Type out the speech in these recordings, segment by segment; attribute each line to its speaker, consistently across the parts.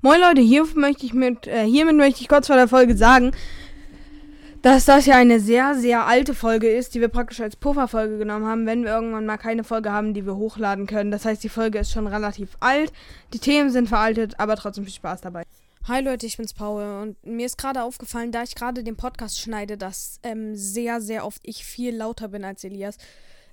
Speaker 1: Moin Leute, hier möchte ich mit, äh, hiermit möchte ich kurz vor der Folge sagen, dass das ja eine sehr, sehr alte Folge ist, die wir praktisch als Pufferfolge genommen haben, wenn wir irgendwann mal keine Folge haben, die wir hochladen können. Das heißt, die Folge ist schon relativ alt, die Themen sind veraltet, aber trotzdem viel Spaß dabei.
Speaker 2: Hi Leute, ich bin's Paul und mir ist gerade aufgefallen, da ich gerade den Podcast schneide, dass ähm, sehr, sehr oft ich viel lauter bin als Elias.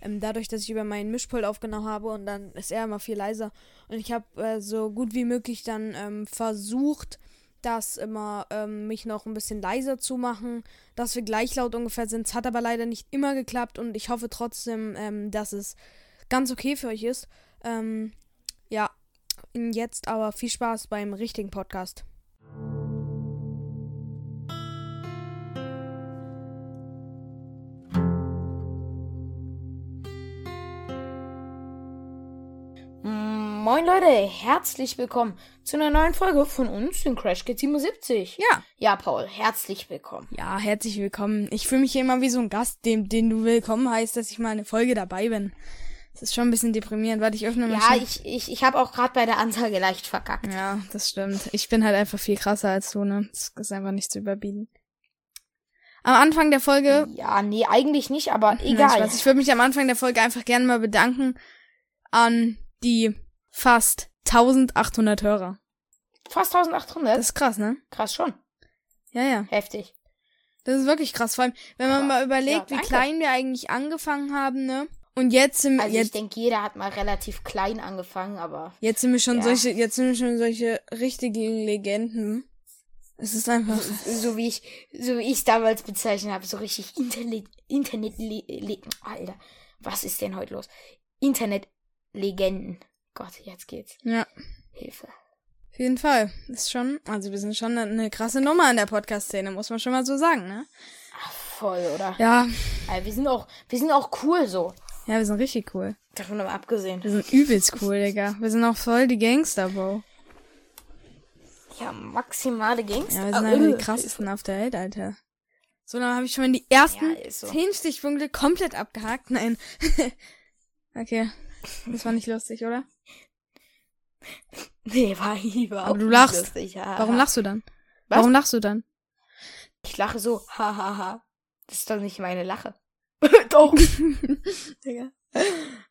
Speaker 2: Ähm, dadurch, dass ich über meinen Mischpult aufgenommen habe und dann ist er immer viel leiser. Und ich habe äh, so gut wie möglich dann ähm, versucht, das immer ähm, mich noch ein bisschen leiser zu machen, dass wir gleich laut ungefähr sind. Es hat aber leider nicht immer geklappt und ich hoffe trotzdem, ähm, dass es ganz okay für euch ist. Ähm, ja, jetzt aber viel Spaß beim richtigen Podcast.
Speaker 3: Mm, Moin Leute, herzlich willkommen zu einer neuen Folge von uns, den Crash Kids 77.
Speaker 2: Ja.
Speaker 3: Ja, Paul, herzlich willkommen.
Speaker 2: Ja, herzlich willkommen. Ich fühle mich hier immer wie so ein Gast, dem, den du willkommen heißt, dass ich mal eine Folge dabei bin. Das ist schon ein bisschen deprimierend. Warte, ich öffne mal.
Speaker 3: Ja,
Speaker 2: schnell-
Speaker 3: ich, ich, ich habe auch gerade bei der Ansage leicht verkackt.
Speaker 2: Ja, das stimmt. Ich bin halt einfach viel krasser als du, ne? Das ist einfach nicht zu überbieten. Am Anfang der Folge,
Speaker 3: Ja, nee, eigentlich nicht, aber
Speaker 2: Nein,
Speaker 3: egal.
Speaker 2: Spaß. ich würde mich am Anfang der Folge einfach gerne mal bedanken an die fast 1800 Hörer.
Speaker 3: Fast 1800.
Speaker 2: Das ist krass, ne?
Speaker 3: krass schon.
Speaker 2: Ja, ja.
Speaker 3: Heftig.
Speaker 2: Das ist wirklich krass. Vor allem, wenn man
Speaker 3: Krass.
Speaker 2: mal überlegt,
Speaker 3: Ja,
Speaker 2: wie
Speaker 3: danke.
Speaker 2: klein wir eigentlich angefangen haben, ne? Und jetzt sind,
Speaker 3: Also ich
Speaker 2: jetzt,
Speaker 3: denke, jeder hat mal relativ klein angefangen, aber
Speaker 2: jetzt sind wir schon
Speaker 3: Ja.
Speaker 2: solche, jetzt sind wir schon solche richtigen Legenden. Es ist einfach,
Speaker 3: so wie ich so wie ich damals bezeichnet habe, so richtig Internet Internet Alter, was ist denn heute los? Internet Legenden. Gott, jetzt geht's.
Speaker 2: ja.
Speaker 3: Hilfe.
Speaker 2: Auf jeden Fall. Ist schon, also wir sind schon eine krasse Nummer in der Podcast-Szene, muss man schon mal so sagen, ne?
Speaker 3: Ach, voll, oder?
Speaker 2: Ja,
Speaker 3: Ey, wir sind auch, wir sind auch cool so.
Speaker 2: ja, wir sind richtig cool.
Speaker 3: Davon mal abgesehen.
Speaker 2: Wir sind übelst cool, Digga. Wir sind auch voll die Gangster, Bro.
Speaker 3: Ja, maximale
Speaker 2: Ja,
Speaker 3: Gangster.
Speaker 2: wir sind
Speaker 3: Ah,
Speaker 2: einfach
Speaker 3: äh.
Speaker 2: die krassesten auf der Welt, Alter. So, dann habe ich schon mal die ersten
Speaker 3: Ja, ist so.
Speaker 2: zehn Stichpunkte komplett abgehakt. Nein. okay. Das war nicht lustig, oder?
Speaker 3: Nee, war lieber.
Speaker 2: Aber du lachst.
Speaker 3: Lustig. Ja.
Speaker 2: Warum lachst du dann?
Speaker 3: Was?
Speaker 2: Warum lachst du dann?
Speaker 3: Ich lache so. Hahaha. das ist doch nicht meine Lache. doch.
Speaker 2: Digga.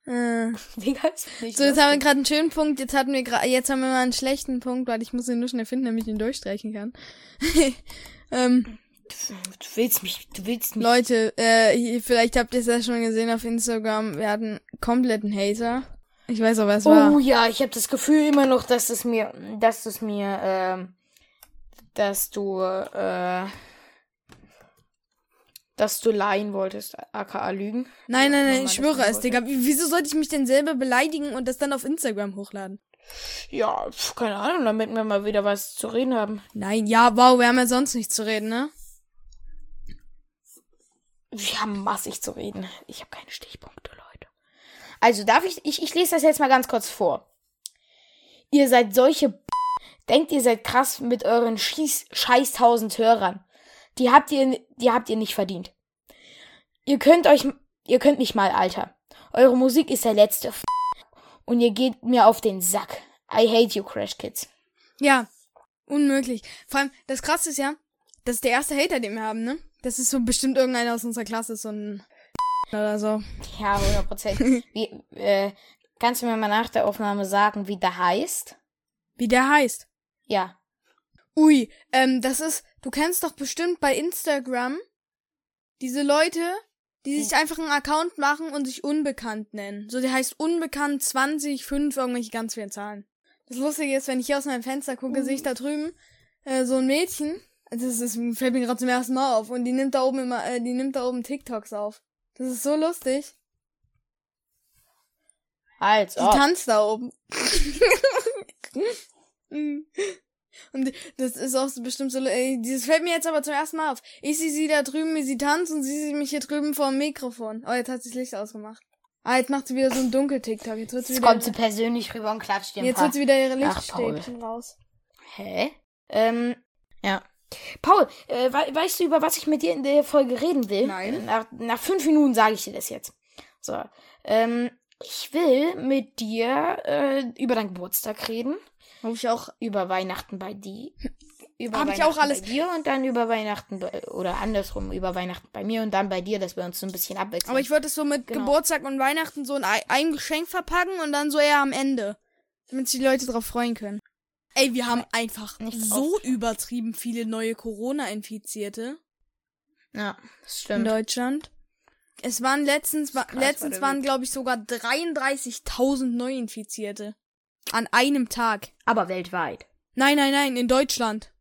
Speaker 2: Äh.
Speaker 3: Digga, ist nicht
Speaker 2: So, jetzt haben wir
Speaker 3: lustig.
Speaker 2: gerade einen schönen Punkt, jetzt hatten wir gra- jetzt haben wir mal einen schlechten Punkt, weil ich muss ihn nur schnell finden, damit ich ihn durchstreichen kann. ähm,
Speaker 3: Du willst mich, du willst mich.
Speaker 2: Leute, äh, hier- vielleicht habt ihr es ja schon gesehen auf Instagram. Wir hatten kompletten Hater. Ich weiß aber, es
Speaker 3: Oh
Speaker 2: war.
Speaker 3: ja, ich habe das Gefühl immer noch, dass es mir, dass es mir, ähm, dass du, äh, dass du leihen wolltest, aka Lügen.
Speaker 2: Nein, nein, nein,
Speaker 3: Nochmal,
Speaker 2: ich
Speaker 3: dass
Speaker 2: schwöre es,
Speaker 3: man wollte.
Speaker 2: Digga. Wie- Wieso sollte ich mich denn selber beleidigen und das dann auf Instagram hochladen?
Speaker 3: Ja, pf, keine Ahnung, damit wir mal wieder was zu reden haben.
Speaker 2: Nein, ja, wow, wir haben ja sonst nichts zu reden, ne?
Speaker 3: Wir haben massig zu reden. Ich habe keine Stichpunkte, Leute. Also darf ich, ich, ich lese das jetzt mal ganz kurz vor. Ihr seid solche B Denkt, ihr seid krass mit euren Schieß scheiß tausend Hörern. Die habt ihr, die habt ihr nicht verdient. Ihr könnt euch, ihr könnt mich mal, Alter. Eure Musik ist der letzte F Und ihr geht mir auf den Sack. I hate you, Crash Kids.
Speaker 2: Ja, unmöglich. Vor allem, das krasse ist ja, das ist der erste Hater, den wir haben, ne? Das ist so bestimmt irgendeiner aus unserer Klasse, so ein oder so.
Speaker 3: Ja, 100 Prozent. Wie, äh, kannst du mir mal nach der Aufnahme sagen, wie der heißt?
Speaker 2: Wie der heißt.
Speaker 3: Ja,
Speaker 2: Ui, ähm, das ist, du kennst doch bestimmt bei Instagram diese Leute, die sich einfach einen Account machen und sich unbekannt nennen. So, der heißt unbekannt 20, 5, irgendwelche ganz vielen Zahlen. Das Lustige ist, wenn ich hier aus meinem Fenster gucke, sehe ich da drüben äh, so ein Mädchen. Also, Das ist, das fällt mir gerade zum ersten Mal auf. Und die nimmt da oben immer, äh, die nimmt da oben TikToks auf. Das ist so lustig.
Speaker 3: Als
Speaker 2: Die
Speaker 3: ob.
Speaker 2: tanzt da oben. Und das ist auch so bestimmt so. Ey, das fällt mir jetzt aber zum ersten Mal auf. Ich sehe sie da drüben, wie sie tanzt und sie sieht mich hier drüben vor dem Mikrofon. Oh, jetzt hat sie das Licht ausgemacht. Ah, jetzt macht sie wieder so ein Dunkel-TikTok. Jetzt wird sie
Speaker 3: Jetzt
Speaker 2: wieder,
Speaker 3: kommt sie persönlich rüber und klatscht dir ein
Speaker 2: jetzt
Speaker 3: paar.
Speaker 2: wird sie wieder ihre
Speaker 3: Ach, Paul.
Speaker 2: Lichtstäbchen raus.
Speaker 3: Hä? Ähm, ja. Paul, äh, we weißt du, über was ich mit dir in der Folge reden will?
Speaker 2: Nein.
Speaker 3: Nach, nach fünf Minuten sage ich dir das jetzt. So. Ähm, Ich will mit dir äh, über deinen Geburtstag reden,
Speaker 2: Habe ich auch.
Speaker 3: über Weihnachten bei dir, über
Speaker 2: Hab
Speaker 3: Weihnachten
Speaker 2: ich auch alles.
Speaker 3: bei dir und dann über Weihnachten bei, oder andersrum über Weihnachten bei mir und dann bei dir, dass wir uns so ein bisschen abwechseln.
Speaker 2: Aber ich würde es so mit
Speaker 3: Genau.
Speaker 2: Geburtstag und Weihnachten so in ei- ein Geschenk verpacken und dann so eher am Ende. Damit sich die Leute drauf freuen können. Ey, wir haben einfach
Speaker 3: Nicht
Speaker 2: so übertrieben viele neue Corona-Infizierte
Speaker 3: ja, das
Speaker 2: in
Speaker 3: stimmt.
Speaker 2: Deutschland. Es waren letztens, wa
Speaker 3: krass, war
Speaker 2: letztens
Speaker 3: der
Speaker 2: waren, glaube ich, sogar 33.000 Neuinfizierte. An einem Tag.
Speaker 3: Aber weltweit.
Speaker 2: Nein, nein, nein, in Deutschland.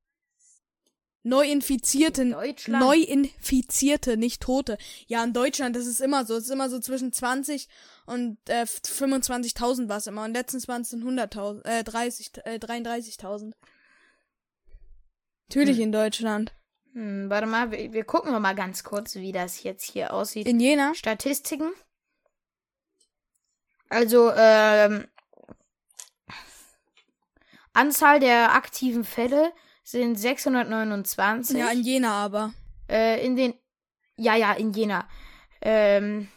Speaker 2: Neuinfizierte,
Speaker 3: In Deutschland?
Speaker 2: Neuinfizierte, nicht Tote. Ja, in Deutschland, das ist immer so. Es ist immer so zwischen 20 und äh, 25.000 war es immer. Und letztens waren es dann 100.000, äh, 30, äh, 33.000. Natürlich in Deutschland.
Speaker 3: Hm, warte mal, wir, wir gucken noch mal ganz kurz, wie das jetzt hier aussieht.
Speaker 2: In Jena?
Speaker 3: Statistiken. Also, ähm, Anzahl der aktiven Fälle sind 629.
Speaker 2: Ja, in Jena aber.
Speaker 3: äh, in den, ja, ja, in Jena. Ähm,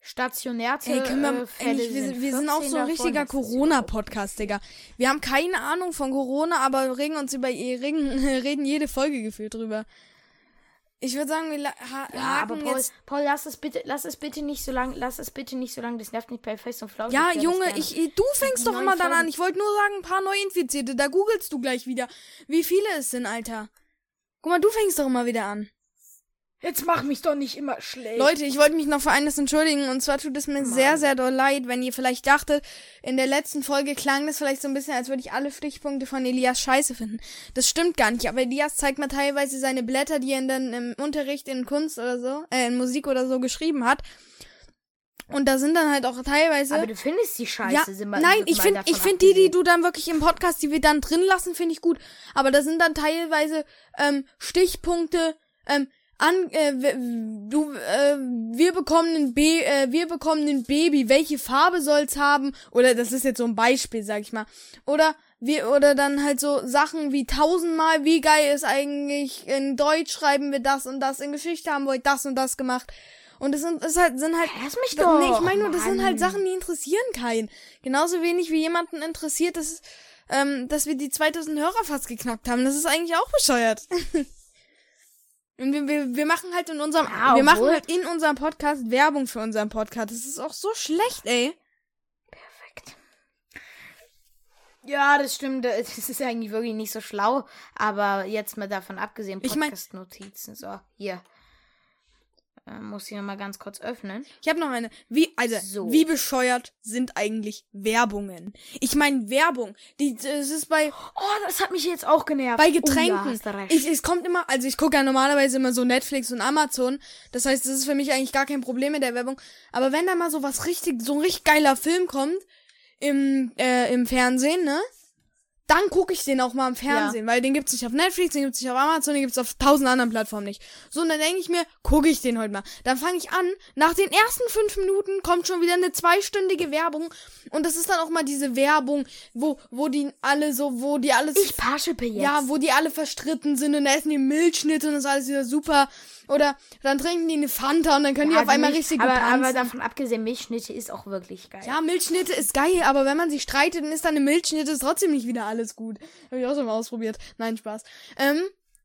Speaker 3: stationärte
Speaker 2: Ey, können wir,
Speaker 3: äh, Fälle
Speaker 2: ey, wir,
Speaker 3: sind
Speaker 2: sind, wir sind auch
Speaker 3: 14
Speaker 2: so ein
Speaker 3: davon.
Speaker 2: richtiger
Speaker 3: Das ist
Speaker 2: Corona-Podcast, Digga. Wir haben keine Ahnung von Corona, aber regen uns über äh, regen, reden jede Folge gefühlt drüber. Ich würde sagen, wir la- ha
Speaker 3: Ja, aber
Speaker 2: haken
Speaker 3: Paul,
Speaker 2: jetzt.
Speaker 3: Paul, lass es bitte, lass es bitte nicht so lang, lass es bitte nicht so lang, das nervt mich bei Fest und Flauschig.
Speaker 2: Ja,
Speaker 3: sehr, das
Speaker 2: Junge,
Speaker 3: gerne.
Speaker 2: ich, du fängst doch
Speaker 3: neuen
Speaker 2: immer dann
Speaker 3: Folgen.
Speaker 2: an. Ich wollte nur sagen, ein paar Neuinfizierte. Da googelst du gleich wieder. Wie viele es sind, Alter? Guck mal, du fängst doch immer wieder an.
Speaker 3: Jetzt mach mich doch nicht immer schlecht.
Speaker 2: Leute, ich wollte mich noch für eines entschuldigen. Und zwar tut es mir sehr, sehr doll leid, wenn ihr vielleicht dachtet, in der letzten Folge klang das vielleicht so ein bisschen, als würde ich alle Stichpunkte von Elias scheiße finden. Das stimmt gar nicht. Aber Elias zeigt mir teilweise seine Blätter, die er dann im Unterricht in Kunst oder so, äh, in Musik oder so geschrieben hat. Und da sind dann halt auch teilweise.
Speaker 3: aber du findest die scheiße, sind wir-
Speaker 2: Nein,
Speaker 3: sind
Speaker 2: ich
Speaker 3: wir
Speaker 2: finde
Speaker 3: davon
Speaker 2: ich find die, die
Speaker 3: abgesehen.
Speaker 2: du dann wirklich im Podcast, die wir dann drin lassen, finde ich gut. Aber da sind dann teilweise ähm, Stichpunkte, ähm, an, äh, w- du, äh, wir bekommen ein Baby, äh, wir bekommen ein Baby, welche Farbe soll's haben? Oder das ist jetzt so ein Beispiel, sag ich mal. Oder wir, oder dann halt so Sachen wie tausendmal, wie geil ist eigentlich, in Deutsch schreiben wir das und das, in Geschichte haben wir heute das und das gemacht. Und es sind, es halt, sind halt
Speaker 3: Lass mich
Speaker 2: da-
Speaker 3: doch.
Speaker 2: Nee, ich meine nur, das sind halt
Speaker 3: Mann.
Speaker 2: Sachen, die interessieren keinen. Genauso wenig wie jemanden interessiert, dass, ähm, dass wir die 2000 Hörer fast geknackt haben. Das ist eigentlich auch bescheuert. Und wir, wir, wir machen halt in unserem,
Speaker 3: Ja,
Speaker 2: wir machen
Speaker 3: Ah, obwohl-
Speaker 2: halt in unserem Podcast Werbung für unseren Podcast. Das ist auch so schlecht, ey.
Speaker 3: Perfekt. Ja, das stimmt. Das ist eigentlich wirklich nicht so schlau. Aber jetzt mal davon abgesehen,
Speaker 2: Ich mein-
Speaker 3: Podcast-Notizen. So, hier. Äh, muss ich nochmal ganz kurz öffnen.
Speaker 2: Ich habe noch eine. Wie, also,
Speaker 3: So.
Speaker 2: wie bescheuert sind eigentlich Werbungen? Ich meine, Werbung, die, das ist bei,
Speaker 3: Oh, das hat mich jetzt auch genervt.
Speaker 2: Bei
Speaker 3: Oh, ja,
Speaker 2: Getränken.
Speaker 3: hast du recht.
Speaker 2: ich, es kommt immer, also ich gucke ja normalerweise immer so Netflix und Amazon. Das heißt, das ist für mich eigentlich gar kein Problem mit der Werbung. Aber wenn da mal so was richtig, so ein richtig geiler Film kommt im, äh, im Fernsehen, ne? Dann gucke ich den auch mal im Fernsehen, weil den gibt's nicht auf Netflix, den gibt's nicht auf Amazon, den gibt's auf tausend anderen Plattformen nicht. So, und dann denke ich mir, gucke ich den heute mal. Dann fange ich an, nach den ersten fünf Minuten kommt schon wieder eine zweistündige Werbung. Und das ist dann auch mal diese Werbung, wo, wo die alle so, wo die alles
Speaker 3: ich paschepe jetzt.
Speaker 2: ja, wo die alle verstritten sind und da essen die Milchschnitte und das ist alles wieder super. Oder dann trinken die eine Fanta und dann können
Speaker 3: Ja,
Speaker 2: die auf einmal
Speaker 3: Milch-
Speaker 2: richtig gut
Speaker 3: aber,
Speaker 2: tanzen.
Speaker 3: aber davon abgesehen, Milchschnitte ist auch wirklich geil.
Speaker 2: ja, Milchschnitte ist geil, aber wenn man sich streitet, dann ist dann eine Milchschnitte ist trotzdem nicht wieder alles gut. Habe ich auch schon mal ausprobiert. Nein, Spaß. Ähm,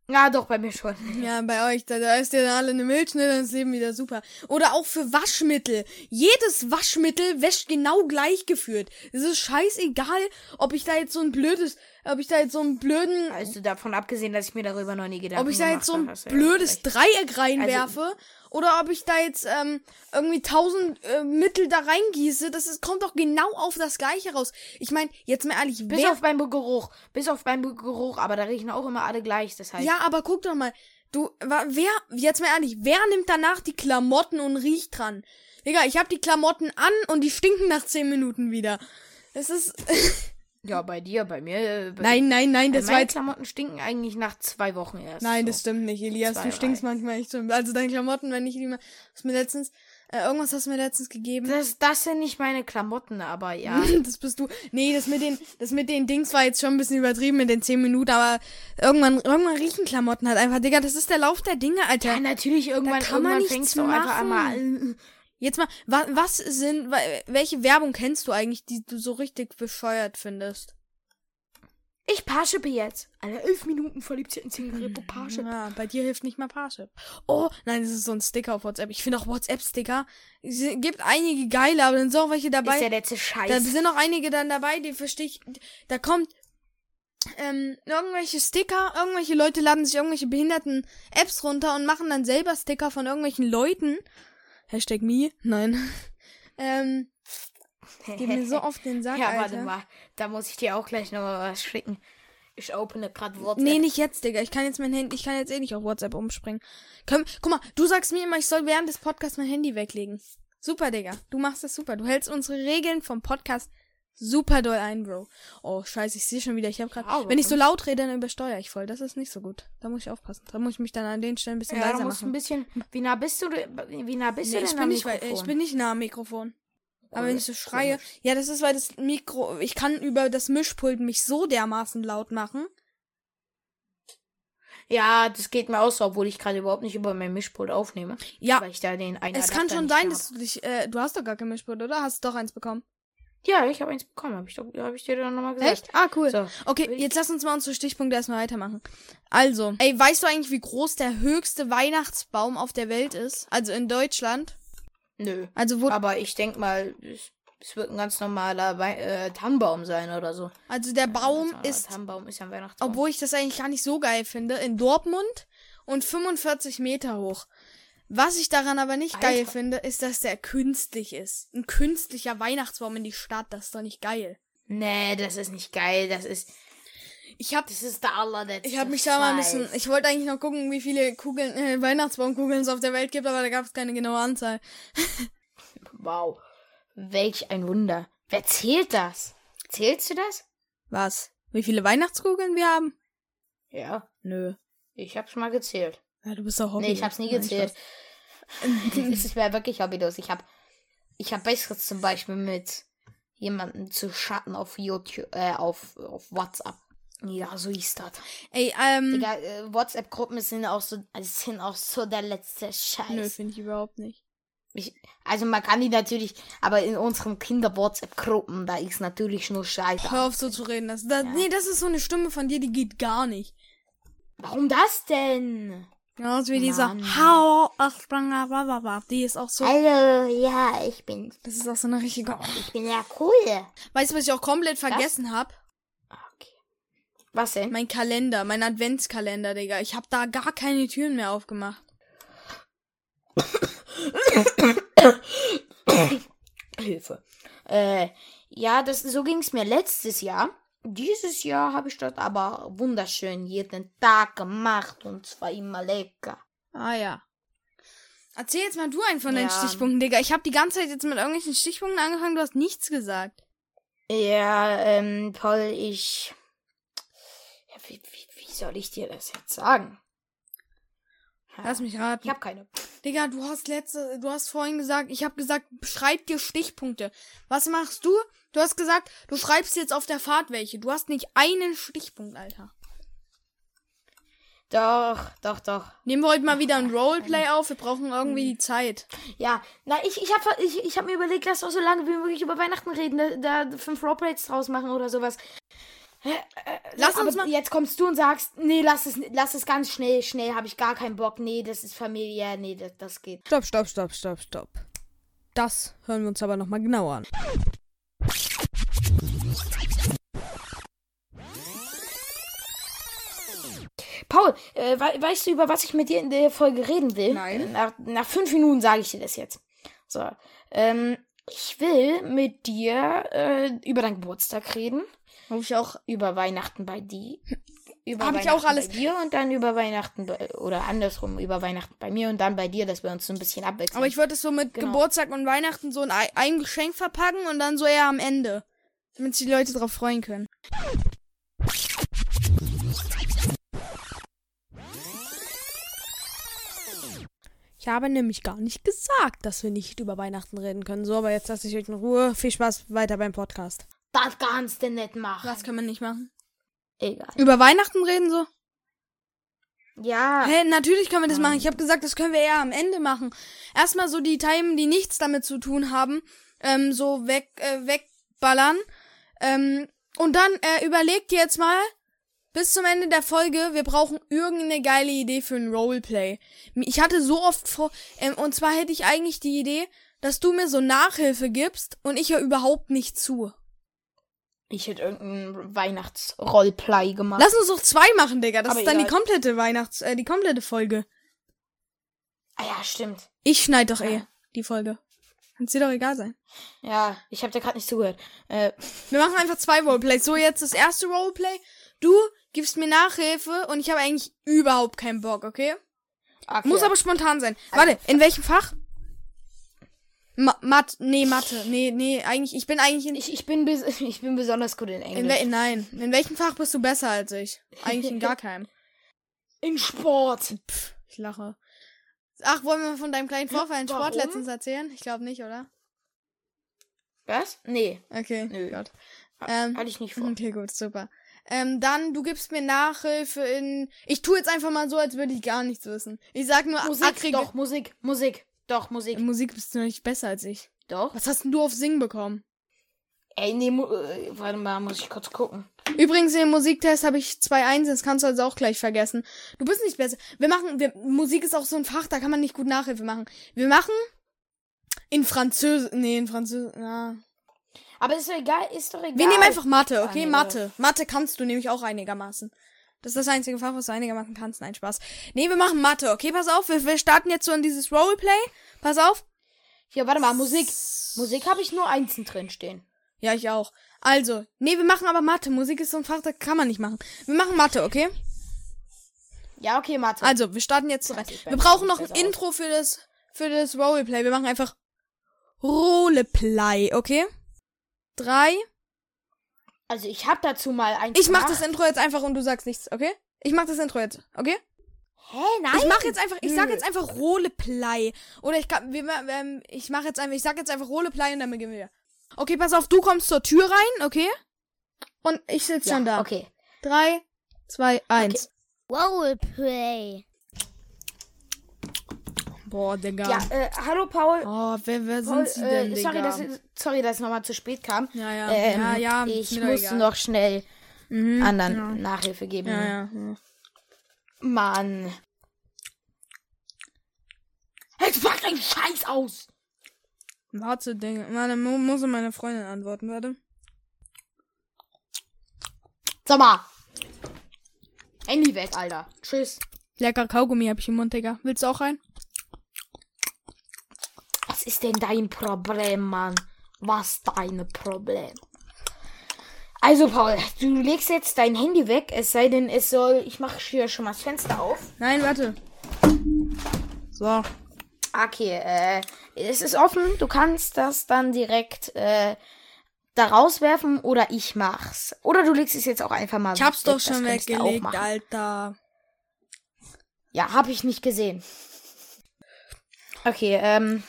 Speaker 3: ja doch, bei mir schon.
Speaker 2: ja, bei euch, da, da ist ja dann alle eine Milchschnitte und das Leben wieder super. Oder auch für Waschmittel. Jedes Waschmittel wäscht genau gleich geführt. Es ist scheißegal, ob ich da jetzt so ein blödes, ob ich da jetzt so einen blöden
Speaker 3: Also davon abgesehen, dass ich mir darüber noch nie gedacht habe.
Speaker 2: ob ich da jetzt so ein blödes
Speaker 3: Also
Speaker 2: Dreieck reinwerfe oder ob ich da jetzt ähm, irgendwie tausend äh, Mittel da reingieße, das ist, kommt doch genau auf das Gleiche raus. Ich meine, jetzt mal ehrlich,
Speaker 3: Bis
Speaker 2: wer,
Speaker 3: auf beim Geruch. Bis auf beim Geruch. Aber da riechen auch immer alle gleich. Das heißt,
Speaker 2: ja, aber guck doch mal, du, wa- wer, jetzt mal ehrlich, wer nimmt danach die Klamotten und riecht dran? Digga, ich hab die Klamotten an und die stinken nach zehn Minuten wieder. Das ist,
Speaker 3: Ja, bei dir, bei mir. äh, Bei
Speaker 2: nein, nein, nein,
Speaker 3: bei
Speaker 2: das war
Speaker 3: meine
Speaker 2: jetzt,
Speaker 3: Klamotten stinken eigentlich nach zwei Wochen erst.
Speaker 2: Nein,
Speaker 3: so.
Speaker 2: das stimmt nicht, Elias.
Speaker 3: Zwei,
Speaker 2: du stinkst
Speaker 3: drei.
Speaker 2: manchmal echt so. Also deine Klamotten, wenn ich die mal. Hast mir letztens. Äh, irgendwas hast du mir letztens gegeben.
Speaker 3: das, das sind nicht meine Klamotten, aber ja.
Speaker 2: Das bist du. Nee, das mit den, das mit den Dings war jetzt schon ein bisschen übertrieben mit den 10 Minuten, aber irgendwann, irgendwann riechen Klamotten halt einfach, Digga, das ist der Lauf der Dinge, Alter.
Speaker 3: ja ne. natürlich, irgendwann,
Speaker 2: kann man
Speaker 3: irgendwann
Speaker 2: nichts
Speaker 3: fängst du einfach
Speaker 2: machen.
Speaker 3: einmal an.
Speaker 2: Jetzt mal, wa was sind, wa- welche Werbung kennst du eigentlich, die du so richtig bescheuert findest?
Speaker 3: Ich Parship jetzt. Alle elf Minuten verliebt sich in Zigarette Parship.
Speaker 2: Ja, bei dir hilft nicht mal Parship. Oh, nein, das ist so ein Sticker auf WhatsApp. Ich finde auch WhatsApp-Sticker. Es gibt einige geile, aber dann sind auch welche dabei.
Speaker 3: Ist der letzte
Speaker 2: Da
Speaker 3: Scheiß.
Speaker 2: sind auch einige dann dabei, die verstehe ich. Da kommt ähm, irgendwelche Sticker, irgendwelche Leute laden sich irgendwelche behinderten Apps runter und machen dann selber Sticker von irgendwelchen Leuten. Hashtag me, nein. Ähm, geht mir so auf den Sack,
Speaker 3: ja,
Speaker 2: Alter.
Speaker 3: warte mal. Da muss ich dir auch gleich noch was schicken. Ich opene gerade WhatsApp.
Speaker 2: Nee, nicht jetzt, Digga. Ich kann jetzt mein Handy, ich kann jetzt eh nicht auf WhatsApp umspringen. Komm, guck mal, du sagst mir immer, ich soll während des Podcasts mein Handy weglegen. Super, Digga. Du machst das super. Du hältst unsere Regeln vom Podcast super doll ein, Bro. Oh, scheiße, ich sehe schon wieder. Ich habe gerade.
Speaker 3: Aber-
Speaker 2: Wenn ich so laut rede, dann übersteuere ich voll. Das ist nicht so gut. Da muss ich aufpassen. Da muss ich mich dann an den Stellen ein bisschen
Speaker 3: ja, da
Speaker 2: leiser
Speaker 3: musst du ein
Speaker 2: machen.
Speaker 3: bisschen. Wie nah bist du, de- wie nah bist
Speaker 2: Nee,
Speaker 3: du denn
Speaker 2: ich,
Speaker 3: am
Speaker 2: bin nicht, wei-
Speaker 3: Mikrofon? Oh,
Speaker 2: ich bin nicht nah am Mikrofon. Aber wenn ich so
Speaker 3: Komisch.
Speaker 2: schreie. Ja, das ist, weil das Mikro. Ich kann über das Mischpult mich so dermaßen laut machen.
Speaker 3: Ja, das geht mir auch so, obwohl ich gerade überhaupt nicht über mein Mischpult aufnehme.
Speaker 2: Ja,
Speaker 3: Weil ich da den einen
Speaker 2: Es
Speaker 3: Adapter
Speaker 2: kann schon
Speaker 3: nicht
Speaker 2: sein,
Speaker 3: hab.
Speaker 2: dass du dich. Äh, du hast doch gar kein Mischpult, oder? Hast du doch eins bekommen?
Speaker 3: Ja, ich habe eins bekommen, habe ich, doch- hab ich dir doch nochmal gesagt.
Speaker 2: Echt? Ah, cool.
Speaker 3: So.
Speaker 2: Okay, jetzt lass uns mal unsere Stichpunkte erstmal weitermachen. Also, ey, weißt du eigentlich, wie groß der höchste Weihnachtsbaum auf der Welt ist? Also in Deutschland?
Speaker 3: Nö.
Speaker 2: Also, wo,
Speaker 3: Aber ich denk mal, es, es wird ein ganz normaler Wei äh, Tannenbaum sein oder so.
Speaker 2: also der Baum
Speaker 3: Ganz normaler
Speaker 2: ist,
Speaker 3: Tannenbaum ist ja ein Weihnachtsbaum.
Speaker 2: obwohl ich das eigentlich gar nicht so geil finde, in Dortmund und 45 Meter hoch. Was ich daran aber nicht geil
Speaker 3: Alter.
Speaker 2: finde, ist, dass der künstlich ist. Ein künstlicher Weihnachtsbaum in die Stadt, das ist doch nicht geil.
Speaker 3: nee, das ist nicht geil. Das ist.
Speaker 2: Ich hab
Speaker 3: Das ist der allerletzte.
Speaker 2: Ich habe mich da mal ein bisschen.
Speaker 3: Scheiß.
Speaker 2: Ich wollte eigentlich noch gucken, wie viele Kugeln, äh, Weihnachtsbaumkugeln es auf der Welt gibt, aber da gab es keine genaue Anzahl.
Speaker 3: Wow. Welch ein Wunder. Wer zählt das? Zählst du das?
Speaker 2: Was? Wie viele Weihnachtskugeln wir haben?
Speaker 3: Ja,
Speaker 2: Nö.
Speaker 3: ich hab's mal gezählt.
Speaker 2: Ja, du bist doch Hobby.
Speaker 3: Nee, ich hab's nie gezählt. Es wäre wirklich hobbylos. Ich hab. Ich hab besseres zum Beispiel mit jemandem zu Schatten auf YouTube, äh, auf, auf WhatsApp. Ja, so hieß das.
Speaker 2: Ey, ähm.
Speaker 3: Digga, äh, WhatsApp-Gruppen sind auch so, also sind auch so der letzte
Speaker 2: Nö,
Speaker 3: Scheiß.
Speaker 2: finde ich überhaupt nicht.
Speaker 3: Ich, also man kann die natürlich, aber in unseren Kinder-WhatsApp-Gruppen, da ist natürlich nur Scheiße.
Speaker 2: Hör auf so zu reden. Das, das, Nee, das ist so eine Stimme von dir, die geht gar nicht.
Speaker 3: Warum das denn?
Speaker 2: Genauso wie dieser
Speaker 3: Mann.
Speaker 2: Hau, ach, bla, bla, bla, bla. Die ist auch so.
Speaker 3: Hallo, ja, ich bin,
Speaker 2: Das ist auch so eine richtige.
Speaker 3: ich bin ja cool.
Speaker 2: Weißt du, was ich auch komplett vergessen habe?
Speaker 3: Okay. Was denn?
Speaker 2: Mein Kalender, mein Adventskalender, Digga. Ich habe da gar keine Türen mehr aufgemacht.
Speaker 3: Hilfe. Äh, ja, das, so ging's mir letztes Jahr. Dieses Jahr habe ich das aber wunderschön jeden Tag gemacht und zwar immer lecker.
Speaker 2: Ah ja. Erzähl jetzt mal du einen von deinen
Speaker 3: Ja.
Speaker 2: Stichpunkten, Digga. Ich habe die ganze Zeit jetzt mit irgendwelchen Stichpunkten angefangen, du hast nichts gesagt.
Speaker 3: Ja, ähm, Paul, ich. Ja, wie, wie, wie soll ich dir das jetzt sagen? Ja,
Speaker 2: Lass mich raten.
Speaker 3: Ah. Ich hab keine.
Speaker 2: Digga, du hast letzte, du hast vorhin gesagt, ich habe gesagt, schreib dir Stichpunkte. Was machst du? Du hast gesagt, du schreibst jetzt auf der Fahrt welche. Du hast nicht einen Stichpunkt, Alter.
Speaker 3: Doch, doch, doch.
Speaker 2: Nehmen wir heute mal wieder ein Roleplay auf. Wir brauchen
Speaker 3: Mhm.
Speaker 2: irgendwie die Zeit.
Speaker 3: Ja, na, ich, ich hab, ich, ich hab mir überlegt, lass doch so lange wie möglich über Weihnachten reden, da, da fünf Roleplays draus machen oder sowas.
Speaker 2: Lass
Speaker 3: Äh, aber
Speaker 2: uns mal.
Speaker 3: Jetzt kommst du und sagst, nee, lass es, lass es ganz schnell, schnell, habe ich gar keinen Bock, nee, das ist familiär, nee, das, das geht.
Speaker 1: Stopp, stopp, stopp, stopp, stopp. Das hören wir uns aber nochmal genauer an.
Speaker 3: Paul, äh, we weißt du, über was ich mit dir in der Folge reden will? Äh,
Speaker 1: Nein.
Speaker 3: Nach, nach fünf Minuten sage ich dir das jetzt. So. Ähm, ich will mit dir äh, über deinen Geburtstag reden,
Speaker 2: Hab ich auch.
Speaker 3: über Weihnachten bei dir. Über
Speaker 2: Hab ich
Speaker 3: Weihnachten
Speaker 2: auch alles.
Speaker 3: bei dir und dann über Weihnachten bei, oder andersrum über Weihnachten bei mir und dann bei dir, dass wir uns so ein bisschen abwechseln.
Speaker 2: Aber ich wollte es so mit
Speaker 3: Genau.
Speaker 2: Geburtstag und Weihnachten so in ei- ein Geschenk verpacken und dann so eher am Ende. Damit sich die Leute drauf freuen können.
Speaker 1: Ich habe nämlich gar nicht gesagt, dass wir nicht über Weihnachten reden können. So, aber jetzt lasse ich euch in Ruhe. Viel Spaß weiter beim Podcast.
Speaker 3: das kannst du nicht machen.
Speaker 2: Was können wir nicht machen?
Speaker 3: Egal.
Speaker 2: Über Weihnachten reden so?
Speaker 3: Ja.
Speaker 2: Hä, natürlich können wir
Speaker 3: Ah.
Speaker 2: das machen. Ich habe gesagt, das können wir eher am Ende machen. Erstmal so die Themen, die nichts damit zu tun haben, ähm, so weg, äh, wegballern. Ähm, und dann äh, überlegt ihr jetzt mal, bis zum Ende der Folge, wir brauchen irgendeine geile Idee für ein Roleplay. Ich hatte so oft vor, ähm, und zwar hätte ich eigentlich die Idee, dass du mir so Nachhilfe gibst und ich höre überhaupt nicht zu.
Speaker 3: Ich hätte irgendein Weihnachtsrollplay gemacht.
Speaker 2: Lass uns doch zwei machen, Digga. Das
Speaker 3: Ah. Aber
Speaker 2: ist dann die
Speaker 3: egal.
Speaker 2: komplette Weihnachts-, äh, die komplette Folge.
Speaker 3: ah ja, stimmt.
Speaker 2: Ich schneid doch eh die Folge. Kann's dir doch egal sein.
Speaker 3: Ja, ich habe dir gerade nicht zugehört. Äh,
Speaker 2: Wir machen einfach zwei Roleplays. So, jetzt das erste Roleplay. Du gibst mir Nachhilfe und ich habe eigentlich überhaupt keinen Bock, okay?
Speaker 3: okay.
Speaker 2: Muss aber spontan sein. Warte, in welchem Fach? Ma Mat nee, Mathe. Nee, nee, eigentlich, ich bin eigentlich in.
Speaker 3: Ich, ich, bin bes- ich bin besonders gut in
Speaker 2: in
Speaker 3: Englisch.
Speaker 2: wel, nein. In welchem Fach bist du besser als ich? Eigentlich in gar keinem.
Speaker 3: in Sport.
Speaker 2: Ich lache. Ach, wollen wir von deinem kleinen Vorfall in Sport
Speaker 3: Warum?
Speaker 2: letztens erzählen? Ich glaube nicht, oder?
Speaker 3: Was? Nee,
Speaker 2: Okay.
Speaker 3: Nö.
Speaker 2: Oh Gott.
Speaker 3: Ha-
Speaker 2: Ähm,
Speaker 3: hatte ich nicht vor.
Speaker 2: Okay, gut, super. Ähm, dann, du gibst mir Nachhilfe in. Ich tue jetzt einfach mal so, als würde ich gar nichts wissen. Ich sag nur
Speaker 3: Musik,
Speaker 2: Akkrige-
Speaker 3: doch, Musik, Musik, doch, Musik.
Speaker 2: In Musik bist du nicht besser als ich.
Speaker 3: Doch.
Speaker 2: Was hast denn du auf Singen bekommen?
Speaker 3: Ey, nee, mu- äh, warte mal, muss ich kurz gucken.
Speaker 2: Übrigens, im Musiktest habe ich zwei Einsen, das kannst du also auch gleich vergessen. Du bist nicht besser. Wir machen. Wir, Musik ist auch so ein Fach, da kann man nicht gut Nachhilfe machen. Wir machen. In Französisch. Nee, in Französisch. Ja.
Speaker 3: Aber ist doch egal, ist doch egal.
Speaker 2: Wir nehmen einfach Mathe,
Speaker 3: Ah,
Speaker 2: okay?
Speaker 3: nee,
Speaker 2: Mathe. Mathe kannst du nämlich auch einigermaßen. Das ist das einzige Fach, was du einigermaßen kannst. Nein, Spaß. Nee, wir machen Mathe, okay? Pass auf, wir, wir starten jetzt so in dieses Roleplay. Pass auf. Ah,
Speaker 3: Hier, warte mal, Musik. Musik habe ich nur einzeln drin stehen.
Speaker 2: Ja, ich auch. Also, nee, wir machen aber Mathe. Musik ist so ein Fach, das kann man nicht machen. Wir machen Mathe, okay?
Speaker 3: Ja, okay, Mathe.
Speaker 2: Also, wir starten jetzt rein. Wir brauchen noch ein Intro für das, für das Roleplay. Wir machen einfach Roleplay, okay? Drei.
Speaker 3: Also, ich habe dazu mal ein
Speaker 2: Ich mach das Intro jetzt einfach und du sagst nichts, okay? Ich mach das Intro jetzt, okay?
Speaker 3: Hä, nein.
Speaker 2: Ich mache jetzt einfach, ich sag
Speaker 3: Nö.
Speaker 2: jetzt einfach Roleplay. Oder ich kann, wir, ähm, ich mache jetzt einfach, ich sag jetzt einfach Roleplay und dann beginnen wir. Okay, pass auf, du kommst zur Tür rein, okay? Und ich sitze
Speaker 3: ja,
Speaker 2: schon da.
Speaker 3: Okay.
Speaker 2: Drei, zwei, eins.
Speaker 4: Roleplay.
Speaker 2: Boah, Digga.
Speaker 3: Ja, äh, hallo Paul.
Speaker 2: Oh, wer, wer sind
Speaker 3: Paul
Speaker 2: sie denn,
Speaker 3: äh,
Speaker 2: Digga?
Speaker 3: sorry, dass, sorry, dass es nochmal zu spät kam.
Speaker 2: ja, ja,
Speaker 3: Ähm,
Speaker 2: ja, ja,
Speaker 3: ich
Speaker 2: ist mir doch
Speaker 3: musste
Speaker 2: egal. Mhm, genau.
Speaker 3: noch schnell anderen Nachhilfe geben.
Speaker 2: Ja, ja. ja.
Speaker 3: Mann. Jetzt macht einen Scheiß aus.
Speaker 2: Warte, Digga. Warte, mu muss meine Freundin antworten, warte.
Speaker 3: Sag mal. Handy weg, Alter. Tschüss.
Speaker 2: Lecker Kaugummi hab ich im Mund, Digga. Willst du auch rein?
Speaker 3: Was ist denn dein Problem, Mann? Was dein Problem? Also, Paul, du legst jetzt dein Handy weg, es sei denn, es soll. Ich mache hier schon mal das Fenster auf.
Speaker 2: Nein, warte. So.
Speaker 3: Okay, äh, es ist offen. Du kannst das dann direkt äh, da rauswerfen oder ich mach's. Oder du legst es jetzt auch einfach mal
Speaker 2: Ich hab's doch
Speaker 3: weg, das
Speaker 2: schon
Speaker 3: könntest du auch
Speaker 2: weggelegt,
Speaker 3: machen.
Speaker 2: Alter.
Speaker 3: Ja, hab ich nicht gesehen. Okay, ähm,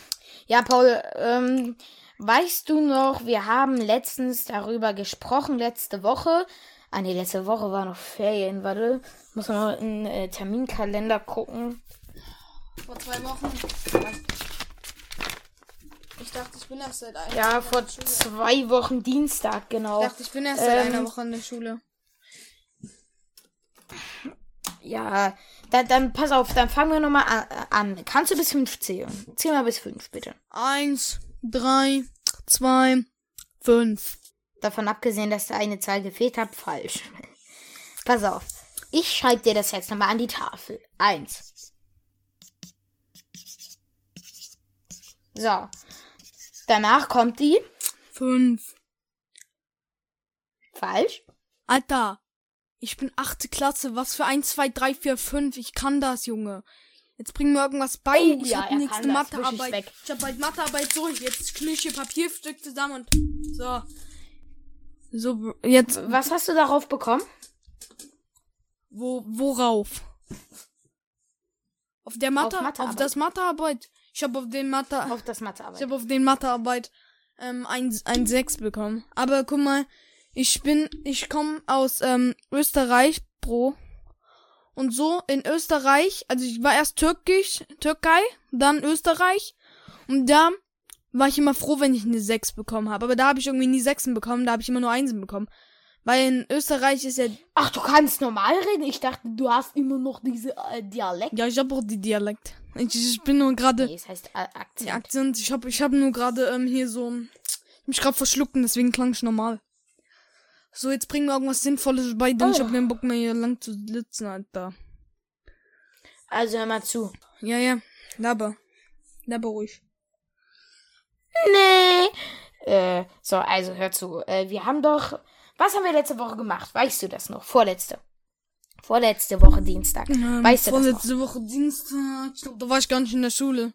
Speaker 3: ja, Paul, ähm, weißt du noch, wir haben letztens darüber gesprochen, letzte Woche. Ah, nee, letzte Woche war noch Ferien, warte. Muss man mal in den äh, Terminkalender gucken.
Speaker 2: Vor zwei Wochen. Ich dachte, ich bin erst seit einer.
Speaker 3: Ja, vor zwei Wochen Dienstag, genau.
Speaker 2: Ich dachte, ich bin erst seit
Speaker 3: Ähm,
Speaker 2: einer Woche in der Schule.
Speaker 3: Ja, dann, dann pass auf, dann fangen wir nochmal an, an. Kannst du bis 5 zählen? Zähl mal bis 5, bitte.
Speaker 2: Eins, drei, zwei, fünf.
Speaker 3: Davon abgesehen, dass da eine Zahl gefehlt hat, falsch. pass auf. Ich schreibe dir das jetzt nochmal an die Tafel. Eins. So. Danach kommt die.
Speaker 2: Fünf.
Speaker 3: Falsch.
Speaker 2: Alter. Ich bin achte Klasse. Was für eins, zwei, drei, vier, fünf. Ich kann das, Junge. Jetzt bring mir irgendwas bei.
Speaker 3: Oh,
Speaker 2: ich
Speaker 3: ja,
Speaker 2: hab
Speaker 3: er
Speaker 2: nächste
Speaker 3: kann das. Wisch ich
Speaker 2: Mathearbeit.
Speaker 3: weg.
Speaker 2: Ich hab bald Mathearbeit durch. Jetzt knüll ich hier Papierstück zusammen und. So. So, jetzt.
Speaker 3: Was hast du darauf bekommen?
Speaker 2: Wo, worauf? Auf der Mathe, auf,
Speaker 3: Mathearbeit.
Speaker 2: das Mathearbeit. Ich habe auf den Mathe,
Speaker 3: Auf das
Speaker 2: ich
Speaker 3: Mathearbeit.
Speaker 2: habe auf den Mathearbeit ähm, ein, ein Sechs bekommen. Aber guck mal, ich bin, ich komme aus ähm, Österreich, Bro. und so in Österreich. Also ich war erst türkisch, Türkei, dann Österreich. Und da war ich immer froh, wenn ich eine 6 bekommen habe. Aber da habe ich irgendwie nie Sechsen bekommen, da habe ich immer nur Einsen bekommen. Weil in Österreich ist ja.
Speaker 3: Ach, du kannst normal reden. Ich dachte, du hast immer noch diese äh, Dialekt.
Speaker 2: Ja, ich habe auch die Dialekt. Ich, ich bin nur gerade.
Speaker 3: Nee, es heißt äh, Akzent.
Speaker 2: Die Akzent, ich habe ich hab nur gerade ähm, hier so. Ich hab mich gerade verschluckt und deswegen klang ich normal. So, jetzt bringen wir irgendwas Sinnvolles bei, denn ich
Speaker 3: Oh.
Speaker 2: hab keinen Bock mehr hier lang zu sitzen, Alter.
Speaker 3: Also hör mal zu.
Speaker 2: Ja, ja, laber. Laber ruhig.
Speaker 3: Nee. Äh, so, also hör zu. Äh, wir haben doch. Was haben wir letzte Woche gemacht? Weißt du das noch? Vorletzte. Vorletzte Woche Dienstag.
Speaker 2: Ähm,
Speaker 3: weißt du das noch?
Speaker 2: Vorletzte Woche Dienstag. Ich glaube, da war ich gar nicht in der Schule.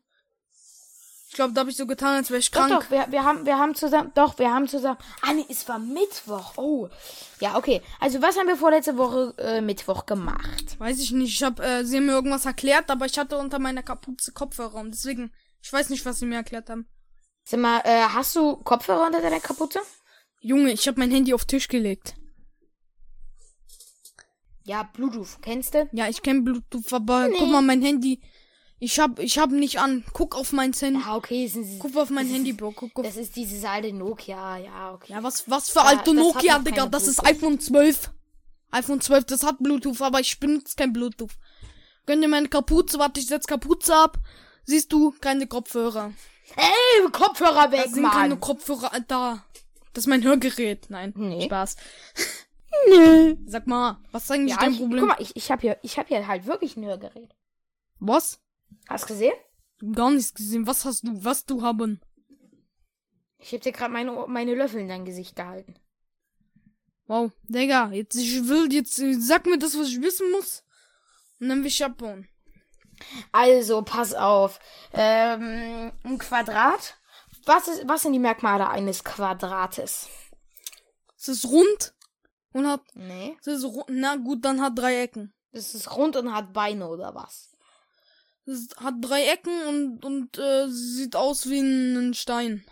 Speaker 2: Ich glaube, da habe ich so getan, als wäre ich
Speaker 3: Doch,
Speaker 2: krank.
Speaker 3: doch, wir, wir haben, wir haben zusammen, doch, wir haben zusammen. Ah, nee, es war Mittwoch. Oh. Ja, okay. Also, was haben wir vorletzte Woche äh, Mittwoch gemacht?
Speaker 2: Weiß ich nicht. Ich habe, äh, sie haben mir irgendwas erklärt, aber ich hatte unter meiner Kapuze Kopfhörer und deswegen, ich weiß nicht, was sie mir erklärt haben.
Speaker 3: Sag mal, äh, hast du Kopfhörer unter deiner Kapuze?
Speaker 2: Junge, ich habe mein Handy auf den Tisch gelegt.
Speaker 3: Ja, Bluetooth, kennst du?
Speaker 2: Ja, ich kenn Bluetooth, aber guck mal mein Handy. Ich hab, ich hab nicht an. Guck auf mein Handy.
Speaker 3: Ja, Ah, okay, es ist,
Speaker 2: Guck auf mein Handy, Bro. Guck auf.
Speaker 3: das ist dieses alte Nokia, ja, okay.
Speaker 2: Ja, was, was für alte
Speaker 3: das hat
Speaker 2: Nokia,
Speaker 3: noch
Speaker 2: Digga.
Speaker 3: keine
Speaker 2: Das ist
Speaker 3: Bluetooth.
Speaker 2: iPhone 12. iPhone 12, das hat Bluetooth, aber ich benutze kein Bluetooth. Gönn dir meine Kapuze, warte, ich setz Kapuze ab. Siehst du, keine Kopfhörer.
Speaker 3: Ey, Kopfhörer
Speaker 2: Das
Speaker 3: weg,
Speaker 2: sind keine
Speaker 3: Mann.
Speaker 2: Kopfhörer, Alter. Das ist mein Hörgerät. Nein,
Speaker 3: Nee.
Speaker 2: Spaß. Nee. Sag mal, was ist eigentlich
Speaker 3: Ja,
Speaker 2: dein
Speaker 3: ich,
Speaker 2: Problem?
Speaker 3: guck mal, ich, ich habe hier, ich hab hier halt wirklich ein Hörgerät.
Speaker 2: Was?
Speaker 3: Hast gesehen?
Speaker 2: Gar nichts gesehen. Was hast du, was du haben?
Speaker 3: Ich hab dir gerade meine, Ohr- meine Löffel in dein Gesicht gehalten.
Speaker 2: Wow, Digga, jetzt ich will jetzt äh, sag mir das, was ich wissen muss. Und dann will ich abbauen.
Speaker 3: Also, pass auf. Ähm, ein Quadrat. Was, ist, was sind die Merkmale eines Quadrates?
Speaker 2: Es ist rund und hat
Speaker 3: Nee.
Speaker 2: es ist rund, na gut, dann hat drei Ecken.
Speaker 3: Das ist rund und hat Beine oder was?
Speaker 2: Es ist- hat drei Ecken und und äh, sieht aus wie ein, ein Stein.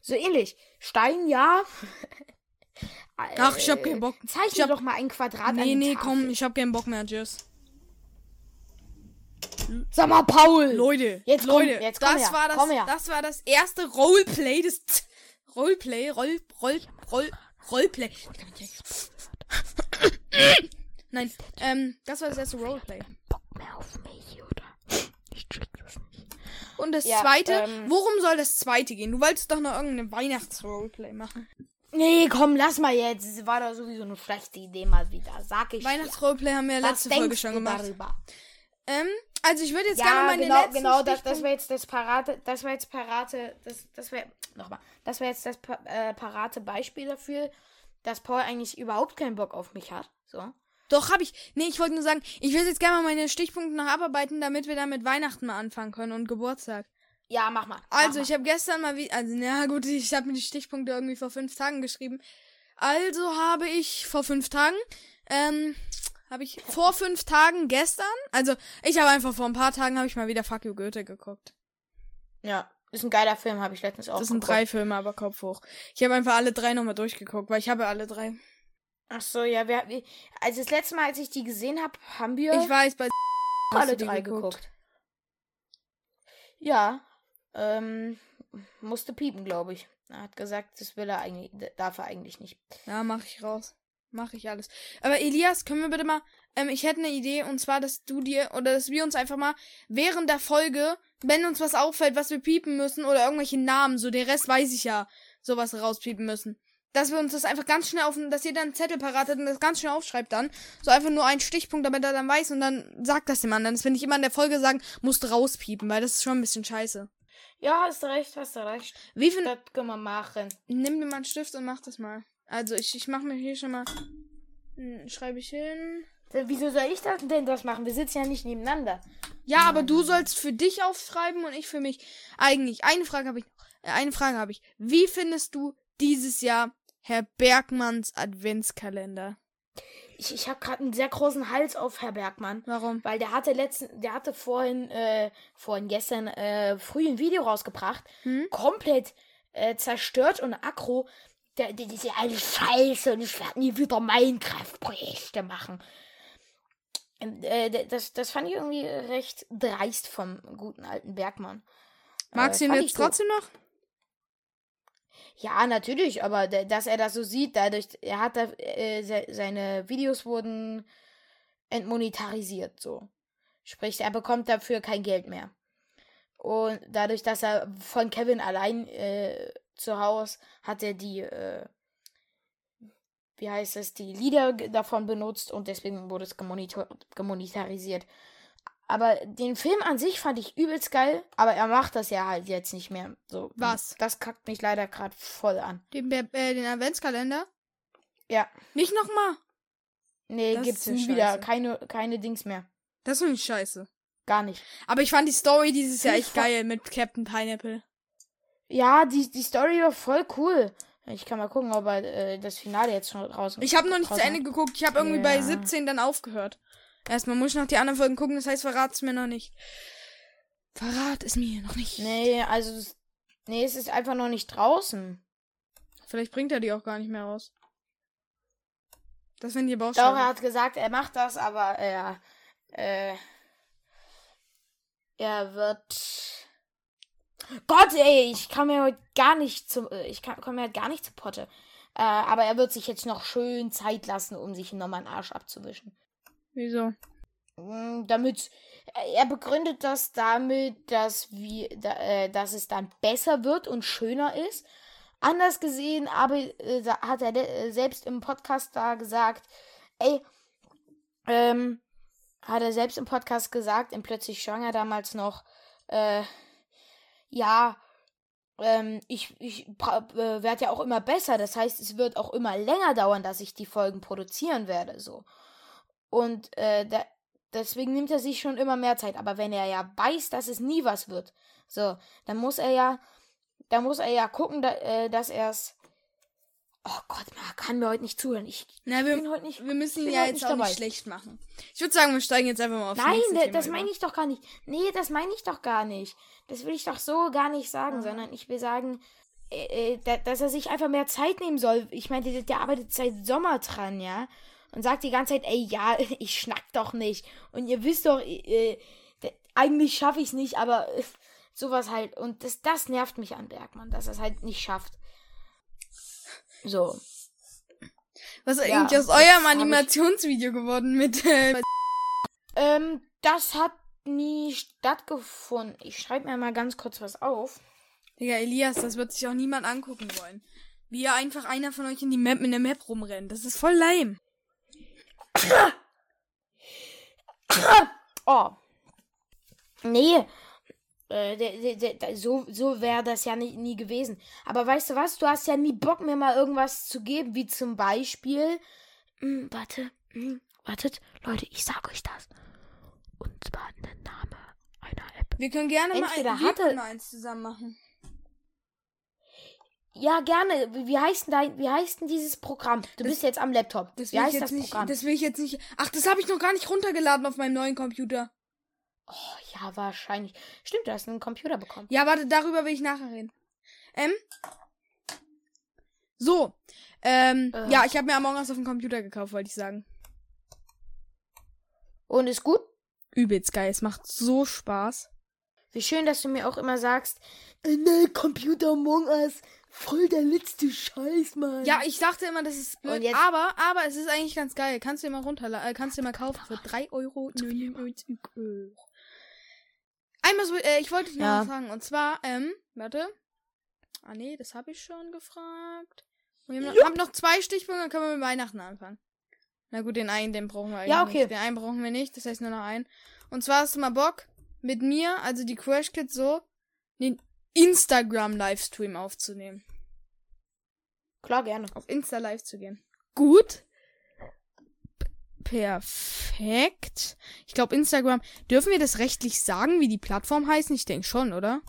Speaker 3: So ähnlich. Stein, ja.
Speaker 2: Ach, ich hab
Speaker 3: Äh,
Speaker 2: keinen Bock. Ich
Speaker 3: Zeichne
Speaker 2: hab-
Speaker 3: doch mal ein Quadrat an
Speaker 2: Nee,
Speaker 3: die
Speaker 2: nee,
Speaker 3: Tafel.
Speaker 2: komm, ich hab keinen Bock mehr, Jess.
Speaker 3: Sag mal, Paul.
Speaker 2: Leute,
Speaker 3: Jetzt komm,
Speaker 2: Leute,
Speaker 3: jetzt komm
Speaker 2: das
Speaker 3: her,
Speaker 2: war das
Speaker 3: komm her.
Speaker 2: das war das erste Roleplay des Z- Roleplay Roll Roll Roll Roleplay. Nein, ähm, das war das erste Roleplay.
Speaker 3: Mehr auf mich, oder? Ich check das nicht.
Speaker 2: Und das
Speaker 3: Ja,
Speaker 2: zweite,
Speaker 3: ähm.
Speaker 2: worum soll das zweite gehen? Du wolltest doch noch irgendeine Weihnachts-Roleplay machen.
Speaker 3: Nee, komm, lass mal jetzt. Das war doch sowieso eine schlechte Idee mal wieder. Sag ich dir.
Speaker 2: Weihnachts-Roleplay haben wir ja
Speaker 3: Was
Speaker 2: letzte
Speaker 3: denkst
Speaker 2: Folge schon
Speaker 3: du
Speaker 2: gemacht.
Speaker 3: darüber?
Speaker 2: Ähm, also ich würde jetzt gerne
Speaker 3: Ja,
Speaker 2: meine
Speaker 3: genau,
Speaker 2: letzten
Speaker 3: genau, das, das
Speaker 2: Stichpunkte-
Speaker 3: wäre jetzt das Parate, das wäre jetzt Parate, das, das wäre, nochmal, das wäre jetzt das pa äh, Parate Beispiel dafür, dass Paul eigentlich überhaupt keinen Bock auf mich hat. So.
Speaker 2: Doch, hab ich. Nee, ich wollte nur sagen, ich würde jetzt gerne mal meine Stichpunkte noch abarbeiten, damit wir dann mit Weihnachten mal anfangen können und Geburtstag.
Speaker 3: Ja, mach mal.
Speaker 2: Also,
Speaker 3: mach
Speaker 2: ich habe gestern mal wie also na gut, ich habe mir die Stichpunkte irgendwie vor fünf Tagen geschrieben. Also habe ich vor fünf Tagen, ähm, habe ich vor fünf Tagen gestern, also ich habe einfach vor ein paar Tagen habe ich mal wieder Fuck You Goethe geguckt.
Speaker 3: mal. Ja, ist ein geiler Film, habe ich letztens auch.
Speaker 2: Das sind
Speaker 3: geguckt.
Speaker 2: drei Filme, aber Kopf hoch. Ich habe einfach alle drei nochmal durchgeguckt, weil ich habe alle drei.
Speaker 3: Ach so, ja, wir, wir, also das letzte Mal, als ich die gesehen habe, haben wir
Speaker 2: Ich weiß, bei hast du
Speaker 3: alle
Speaker 2: die
Speaker 3: drei geguckt. Ja, ähm, musste piepen, glaube ich. Er hat gesagt, das will er eigentlich, darf er eigentlich nicht.
Speaker 2: Ja, mach ich raus. Mach ich alles. Aber Elias, können wir bitte mal. Ähm, ich hätte eine Idee und zwar, dass du dir oder dass wir uns einfach mal während der Folge, wenn uns was auffällt, was wir piepen müssen oder irgendwelche Namen, so der Rest weiß ich ja, sowas rauspiepen müssen. Dass wir uns das einfach ganz schnell auf, dass jeder einen Zettel parat hat und das ganz schnell aufschreibt dann. So einfach nur einen Stichpunkt, damit er dann weiß und dann sagt das dem anderen. Das will ich immer in der Folge sagen, musst rauspiepen, weil das ist schon ein bisschen scheiße.
Speaker 3: Ja, hast du recht, hast du recht.
Speaker 2: Wie viel,
Speaker 3: Das können wir machen.
Speaker 2: Nimm dir mal einen Stift und mach das mal. Also ich, ich mach mir hier schon mal. Hm, Schreibe ich hin.
Speaker 3: Äh, Wieso soll ich das denn das machen? Wir sitzen ja nicht nebeneinander.
Speaker 2: Ja, aber du sollst für dich aufschreiben und ich für mich. Eigentlich. Eine Frage habe ich noch. Äh, Eine Frage habe ich. Wie findest du dieses Jahr Herr Bergmanns Adventskalender?
Speaker 3: Ich, ich habe gerade einen sehr großen Hals auf Herr Bergmann,
Speaker 2: Warum?
Speaker 3: weil der hatte letzten, der hatte vorhin, äh, vorhin gestern äh, früh ein Video rausgebracht,
Speaker 2: Hm?
Speaker 3: komplett äh, zerstört und aggro. Der, der, das ist ja alles scheiße und ich werde nie wieder Minecraft-Projekte machen. Ähm, äh, d- das, das fand ich irgendwie recht dreist vom guten alten Bergmann.
Speaker 2: Magst du
Speaker 3: Äh,
Speaker 2: ihn
Speaker 3: fand ich
Speaker 2: jetzt
Speaker 3: so.
Speaker 2: trotzdem noch?
Speaker 3: Ja, natürlich, aber d- dass er das so sieht, dadurch, er hat da, äh, se seine Videos wurden entmonetarisiert, so. Sprich, er bekommt dafür kein Geld mehr. Und dadurch, dass er von Kevin allein äh, zu Hause hat er die, äh, wie heißt es, die Lieder g- davon benutzt und deswegen wurde es gemonitor gemonitarisiert. Aber den Film an sich fand ich übelst geil, aber er macht das ja halt jetzt nicht mehr. So.
Speaker 2: Was?
Speaker 3: Das kackt mich leider gerade voll an.
Speaker 2: Den, Be- äh, den Adventskalender?
Speaker 3: Ja.
Speaker 2: Nicht nochmal.
Speaker 3: Nee,
Speaker 2: Das
Speaker 3: gibt's
Speaker 2: ist
Speaker 3: nie
Speaker 2: ja
Speaker 3: wieder.
Speaker 2: scheiße.
Speaker 3: Keine, keine Dings mehr.
Speaker 2: Das ist nicht scheiße.
Speaker 3: Gar nicht.
Speaker 2: Aber ich fand die Story dieses Jahr
Speaker 3: Die
Speaker 2: echt
Speaker 3: Fo-
Speaker 2: geil mit Captain Pineapple.
Speaker 3: Ja, die, die Story war voll cool. Ich kann mal gucken, ob er äh, das Finale jetzt schon draußen
Speaker 2: Ich habe noch nicht zu
Speaker 3: draußen
Speaker 2: Ende geguckt. Ich habe irgendwie bei
Speaker 3: Ja.
Speaker 2: 17 dann aufgehört. Erstmal muss ich noch die anderen Folgen gucken, das heißt, verrat's mir noch nicht. Verrat es mir noch nicht.
Speaker 3: Nee, also. es- Nee, es ist einfach noch nicht draußen.
Speaker 2: Vielleicht bringt er die auch gar nicht mehr raus. Das wenn die
Speaker 3: Doch,
Speaker 2: Baustelle.
Speaker 3: er hat gesagt, er macht das, aber er. Äh, er wird. Gott, ey, ich kann mir heute gar nicht zum. äh, Ich kann, komme mir heute gar nicht zu Potte. Äh, aber er wird sich jetzt noch schön Zeit lassen, um sich nochmal einen Arsch abzuwischen.
Speaker 2: Wieso?
Speaker 3: Mm, damit er begründet das damit, dass wir, da, äh, dass es dann besser wird und schöner ist. Anders gesehen, aber äh, sa- hat er de- äh, selbst im Podcast da gesagt, ey, ähm, hat er selbst im Podcast gesagt, in plötzlich schwanger damals noch, äh, ja, ähm, ich, ich bra- äh, werde ja auch immer besser. Das heißt, es wird auch immer länger dauern, dass ich die Folgen produzieren werde, so. Und äh, da, deswegen nimmt er sich schon immer mehr Zeit. Aber wenn er ja weiß, dass es nie was wird, so, dann muss er ja, dann muss er ja gucken, da, äh, dass er es. Oh Gott, man kann mir heute nicht zuhören. Ich
Speaker 2: Na, wir,
Speaker 3: bin heute nicht.
Speaker 2: wir müssen ihn
Speaker 3: ich bin
Speaker 2: ja
Speaker 3: heute
Speaker 2: jetzt
Speaker 3: nicht
Speaker 2: auch
Speaker 3: dabei.
Speaker 2: nicht schlecht machen. Ich würde sagen, wir steigen jetzt einfach mal auf
Speaker 3: Nein,
Speaker 2: das nächste
Speaker 3: da-
Speaker 2: Thema
Speaker 3: das
Speaker 2: über.
Speaker 3: meine ich doch gar nicht. Nee, das meine ich doch gar nicht. Das will ich doch so gar nicht
Speaker 2: Mhm.
Speaker 3: sagen, sondern ich will sagen, äh, äh, da- dass er sich einfach mehr Zeit nehmen soll. Ich meine, der, der arbeitet seit Sommer dran, ja? Und sagt die ganze Zeit, ey, ja, ich schnack doch nicht. Und ihr wisst doch, äh, d- eigentlich schaffe ich es nicht, aber äh, sowas halt. Und das, das nervt mich an Bergmann, dass er es halt nicht schafft. So.
Speaker 2: Was ist
Speaker 3: Ja,
Speaker 2: eigentlich aus
Speaker 3: das
Speaker 2: eurem
Speaker 3: hab ich-
Speaker 2: Animationsvideo geworden mit äh,
Speaker 3: Ähm, das hat nie stattgefunden. Ich schreibe mir mal ganz kurz was auf.
Speaker 2: Digga, Elias, das wird sich auch niemand angucken wollen. Wie ja einfach einer von euch in die Map in der Map rumrennt. Das ist voll lame.
Speaker 3: Oh. Nee. Äh, der- der- der- der- so so wäre das ja nie, nie gewesen. Aber weißt du was? Du hast ja nie Bock, mir mal irgendwas zu geben, wie zum Beispiel. Hm, warte. Hm, wartet. Leute, ich sag euch das. Und zwar der Name einer App.
Speaker 2: Wir können gerne
Speaker 3: Entweder
Speaker 2: mal ein,
Speaker 3: hat
Speaker 2: wir
Speaker 3: er-
Speaker 2: können eins zusammen machen.
Speaker 3: Ja, gerne. Wie, wie, heißt denn dein, wie heißt denn dieses Programm? Du bist jetzt am Laptop.
Speaker 2: Das
Speaker 3: wie
Speaker 2: will ich
Speaker 3: heißt
Speaker 2: jetzt
Speaker 3: das
Speaker 2: nicht.
Speaker 3: Programm?
Speaker 2: Das will ich jetzt nicht. Ach, das habe ich noch gar nicht runtergeladen auf meinem neuen Computer.
Speaker 3: oh, ja, wahrscheinlich. Stimmt, du hast einen Computer bekommen.
Speaker 2: Ja, warte, darüber will ich nachher reden. Ähm. So. Ähm,
Speaker 3: Äh.
Speaker 2: ja, ich habe mir Among Us auf dem Computer gekauft, wollte ich sagen.
Speaker 3: Und ist gut?
Speaker 2: Übelst geil, es macht so Spaß.
Speaker 3: Wie schön, dass du mir auch immer sagst, äh, ne, Computer Among Us, voll der letzte Scheiß, Mann.
Speaker 2: Ja, ich dachte immer, das ist
Speaker 3: Und
Speaker 2: blöd,
Speaker 3: jetzt-
Speaker 2: aber, aber es ist eigentlich ganz geil. Kannst du dir mal runterladen, äh, kannst du dir mal kaufen für 3 Euro. Einmal so, äh, ich wollte dich noch
Speaker 3: Ja.
Speaker 2: was fragen, und zwar, ähm, warte. Ah nee, das habe ich schon gefragt. Wir haben noch- haben noch zwei Stichpunkte, dann können wir mit Weihnachten anfangen. Na gut, den einen, den brauchen wir eigentlich
Speaker 3: Ja, okay.
Speaker 2: nicht. Den einen brauchen wir nicht, das heißt nur noch einen. Und zwar hast du mal Bock, mit mir, also die Crash Kids so, den Instagram-Livestream aufzunehmen
Speaker 3: Klar, gerne.
Speaker 2: auf Insta live zu gehen. Gut. P- Perfekt. Ich glaube, Instagram. Dürfen wir das rechtlich sagen, wie die Plattform heißen? Ich denke schon, oder?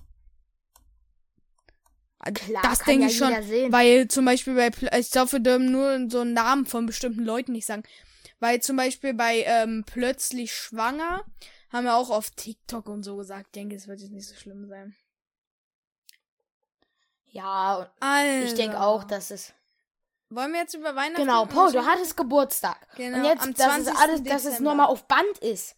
Speaker 2: Ah,
Speaker 3: Klar,
Speaker 2: das
Speaker 3: kann
Speaker 2: denke
Speaker 3: ja
Speaker 2: ich schon.
Speaker 3: jeder sehen.
Speaker 2: Weil zum Beispiel bei. Pl- Ich glaube, wir dürfen nur so einen Namen von bestimmten Leuten nicht sagen. Weil zum Beispiel bei ähm, Plötzlich Schwanger haben wir auch auf TikTok und so gesagt. Ich denke, es wird jetzt nicht so schlimm sein.
Speaker 3: Ja, und
Speaker 2: Alter.
Speaker 3: ich denke auch, dass es.
Speaker 2: Also, Wollen wir jetzt über Weihnachten?
Speaker 3: Genau,
Speaker 2: und
Speaker 3: Paul,
Speaker 2: so-
Speaker 3: du hattest Geburtstag.
Speaker 2: Genau,
Speaker 3: und jetzt,
Speaker 2: am
Speaker 3: dass es
Speaker 2: 20.
Speaker 3: alles, dass es
Speaker 2: Dezember.
Speaker 3: nochmal auf Band ist.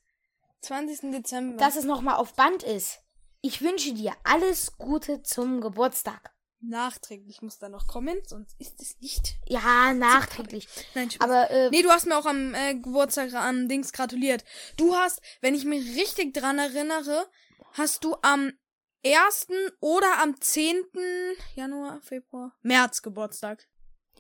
Speaker 2: 20. Dezember.
Speaker 3: Dass es nochmal auf Band ist. Ich wünsche dir alles Gute zum Geburtstag.
Speaker 2: nachträglich muss da noch kommen, sonst ist es nicht.
Speaker 3: Ja, nachträglich.
Speaker 2: Nein, Spaß.
Speaker 3: Aber äh,
Speaker 2: Nee, du hast mir auch am äh, Geburtstag am Dings gratuliert. Du hast, wenn ich mich richtig dran erinnere, hast du am 1. oder am 10. Januar, Februar, März Geburtstag.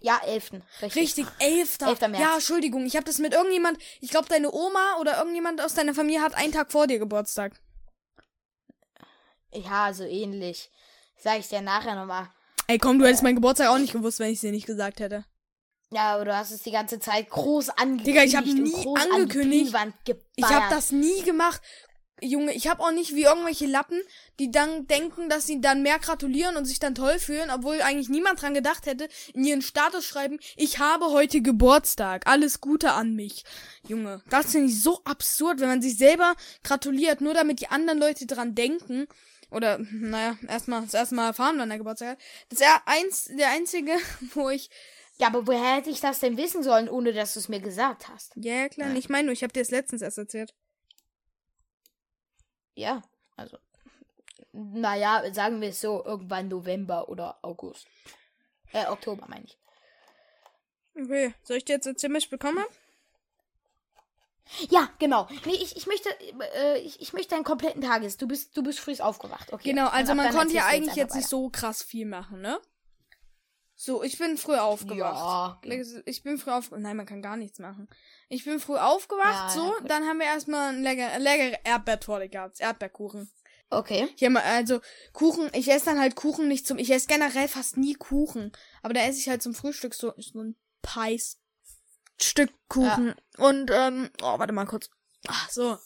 Speaker 3: ja, Elften. Richtig.
Speaker 2: Richtig, 11.
Speaker 3: 11. März.
Speaker 2: Ja, Entschuldigung, ich habe das mit irgendjemand, ich glaube deine Oma oder irgendjemand aus deiner Familie hat einen Tag vor dir Geburtstag.
Speaker 3: Ja, so ähnlich. Sag ich dir nachher nochmal.
Speaker 2: Ey, komm, du hättest meinen Geburtstag auch nicht gewusst, wenn ich dir nicht gesagt hätte.
Speaker 3: Ja, aber du hast es die ganze Zeit groß angekündigt.
Speaker 2: Digga, ich hab
Speaker 3: und
Speaker 2: nie
Speaker 3: groß
Speaker 2: angekündigt.
Speaker 3: An die Pinnwand
Speaker 2: Ich habe
Speaker 3: geballert.
Speaker 2: das nie gemacht. Junge, ich habe auch nicht wie irgendwelche Lappen, die dann denken, dass sie dann mehr gratulieren und sich dann toll fühlen, obwohl eigentlich niemand dran gedacht hätte, in ihren Status schreiben, ich habe heute Geburtstag, alles Gute an mich. Junge, das finde ich so absurd, wenn man sich selber gratuliert, nur damit die anderen Leute dran denken. Oder, hm, naja, erstmal, das erste Mal erfahren, wann der Geburtstag hat. Das ist ja eins, der einzige, wo ich,
Speaker 3: Ja, aber woher hätte ich das denn wissen sollen, ohne dass du es mir gesagt hast?
Speaker 2: ja, ja klar, ich meine nur, ich habe dir das letztens erst erzählt.
Speaker 3: Ja, also. Naja, sagen wir es so, irgendwann November oder August. Äh, Oktober meine ich.
Speaker 2: Okay, soll ich dir jetzt erzählen, was ich bekommen habe?
Speaker 3: Ja, genau. Nee, ich, ich möchte, äh, ich, ich möchte einen kompletten Tages. Du bist, du bist früh aufgewacht, okay.
Speaker 2: Genau,
Speaker 3: Und
Speaker 2: also
Speaker 3: ab
Speaker 2: man
Speaker 3: dann
Speaker 2: konnte ja
Speaker 3: erzählst
Speaker 2: eigentlich
Speaker 3: du
Speaker 2: jetzt nicht
Speaker 3: einfach
Speaker 2: so krass viel machen, ne? So, ich bin früh aufgewacht. Ich bin früh aufgewacht. Nein, man kann gar nichts machen. Ich bin früh aufgewacht,
Speaker 3: Ja,
Speaker 2: so,
Speaker 3: ja,
Speaker 2: dann haben wir erstmal ein lecker, lecker Erdbeertorte gehabt. Erdbeerkuchen.
Speaker 3: weiter. Okay.
Speaker 2: Hier mal, also Kuchen, ich esse dann halt Kuchen nicht zum. Ich esse generell fast nie Kuchen. Aber da esse ich halt zum Frühstück so, so ein Pies. Stück Kuchen. Und, ähm, oh, warte mal kurz. Ach, so.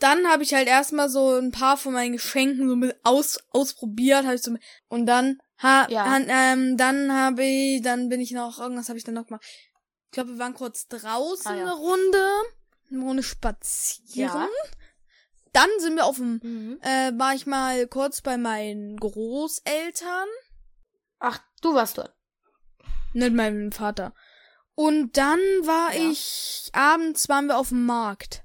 Speaker 2: Dann habe ich halt erstmal so ein paar von meinen Geschenken so mit aus, ausprobiert, habe ich so mit- und dann ha,
Speaker 3: Ja.
Speaker 2: han- ähm, dann habe ich, dann bin ich noch irgendwas habe ich dann noch gemacht. Ich glaube, wir waren kurz draußen
Speaker 3: Ah, ja.
Speaker 2: eine Runde, eine Runde spazieren.
Speaker 3: Ja.
Speaker 2: Dann sind wir auf dem
Speaker 3: Mhm.
Speaker 2: äh, war ich mal kurz bei meinen Großeltern
Speaker 3: Ach, du warst dort.
Speaker 2: mit meinem Vater. Und dann war
Speaker 3: Ja.
Speaker 2: ich, abends waren wir auf dem Markt.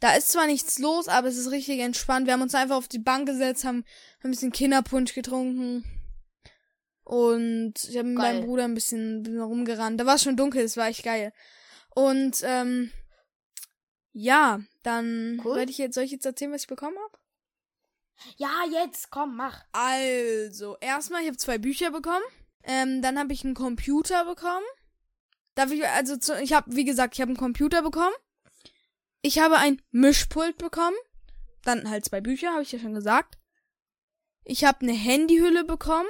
Speaker 2: Da ist zwar nichts los, aber es ist richtig entspannt. Wir haben uns einfach auf die Bank gesetzt, haben ein bisschen Kinderpunsch getrunken. Und ich habe mit
Speaker 3: Geil.
Speaker 2: meinem Bruder ein bisschen, bisschen rumgerannt. Da war es schon dunkel, das war echt geil. Und, ähm, ja, dann
Speaker 3: Cool.
Speaker 2: werde ich jetzt, soll ich jetzt erzählen, was ich bekommen habe?
Speaker 3: Ja, jetzt, komm, mach.
Speaker 2: Also, erstmal, ich habe zwei Bücher bekommen. Ähm, dann habe ich einen Computer bekommen. Darf ich, also, zu, ich habe, wie gesagt, ich habe einen Computer bekommen. Ich habe ein Mischpult bekommen. Dann halt zwei Bücher, habe ich ja schon gesagt. Ich habe eine Handyhülle bekommen.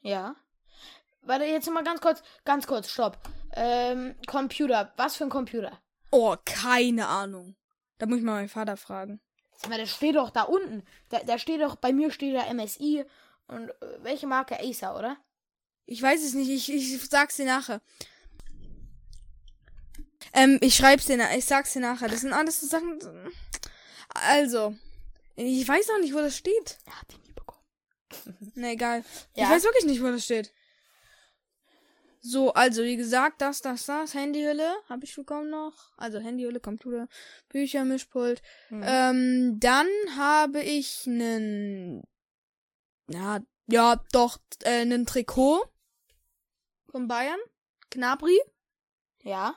Speaker 3: Ja. Warte, jetzt noch mal ganz kurz, ganz kurz, stopp. Ähm, Computer. Was für ein Computer?
Speaker 2: Oh, keine Ahnung. Da muss ich mal meinen Vater fragen.
Speaker 3: Sag mal, der steht doch da unten. Da, da steht doch, bei mir steht da MSI. Und äh, welche Marke? Acer, oder?
Speaker 2: Ich weiß es nicht, ich, ich sag's dir nachher. Ähm, ich schreib's dir nachher, ich sag's dir nachher. Das sind alles so Sachen. Also, ich weiß noch nicht, wo das steht.
Speaker 3: Er hat die nie bekommen.
Speaker 2: Na egal.
Speaker 3: Ja.
Speaker 2: Ich weiß wirklich nicht, wo das steht. So, also wie gesagt, das, das, das, Handyhülle habe ich bekommen noch. Also Handyhülle, Computer, Bücher, Mischpult.
Speaker 3: Mhm. Äh,
Speaker 2: Ähm, dann habe ich nen, ja, ja, doch, äh, nen Trikot von Bayern, Knabri.
Speaker 3: Ja.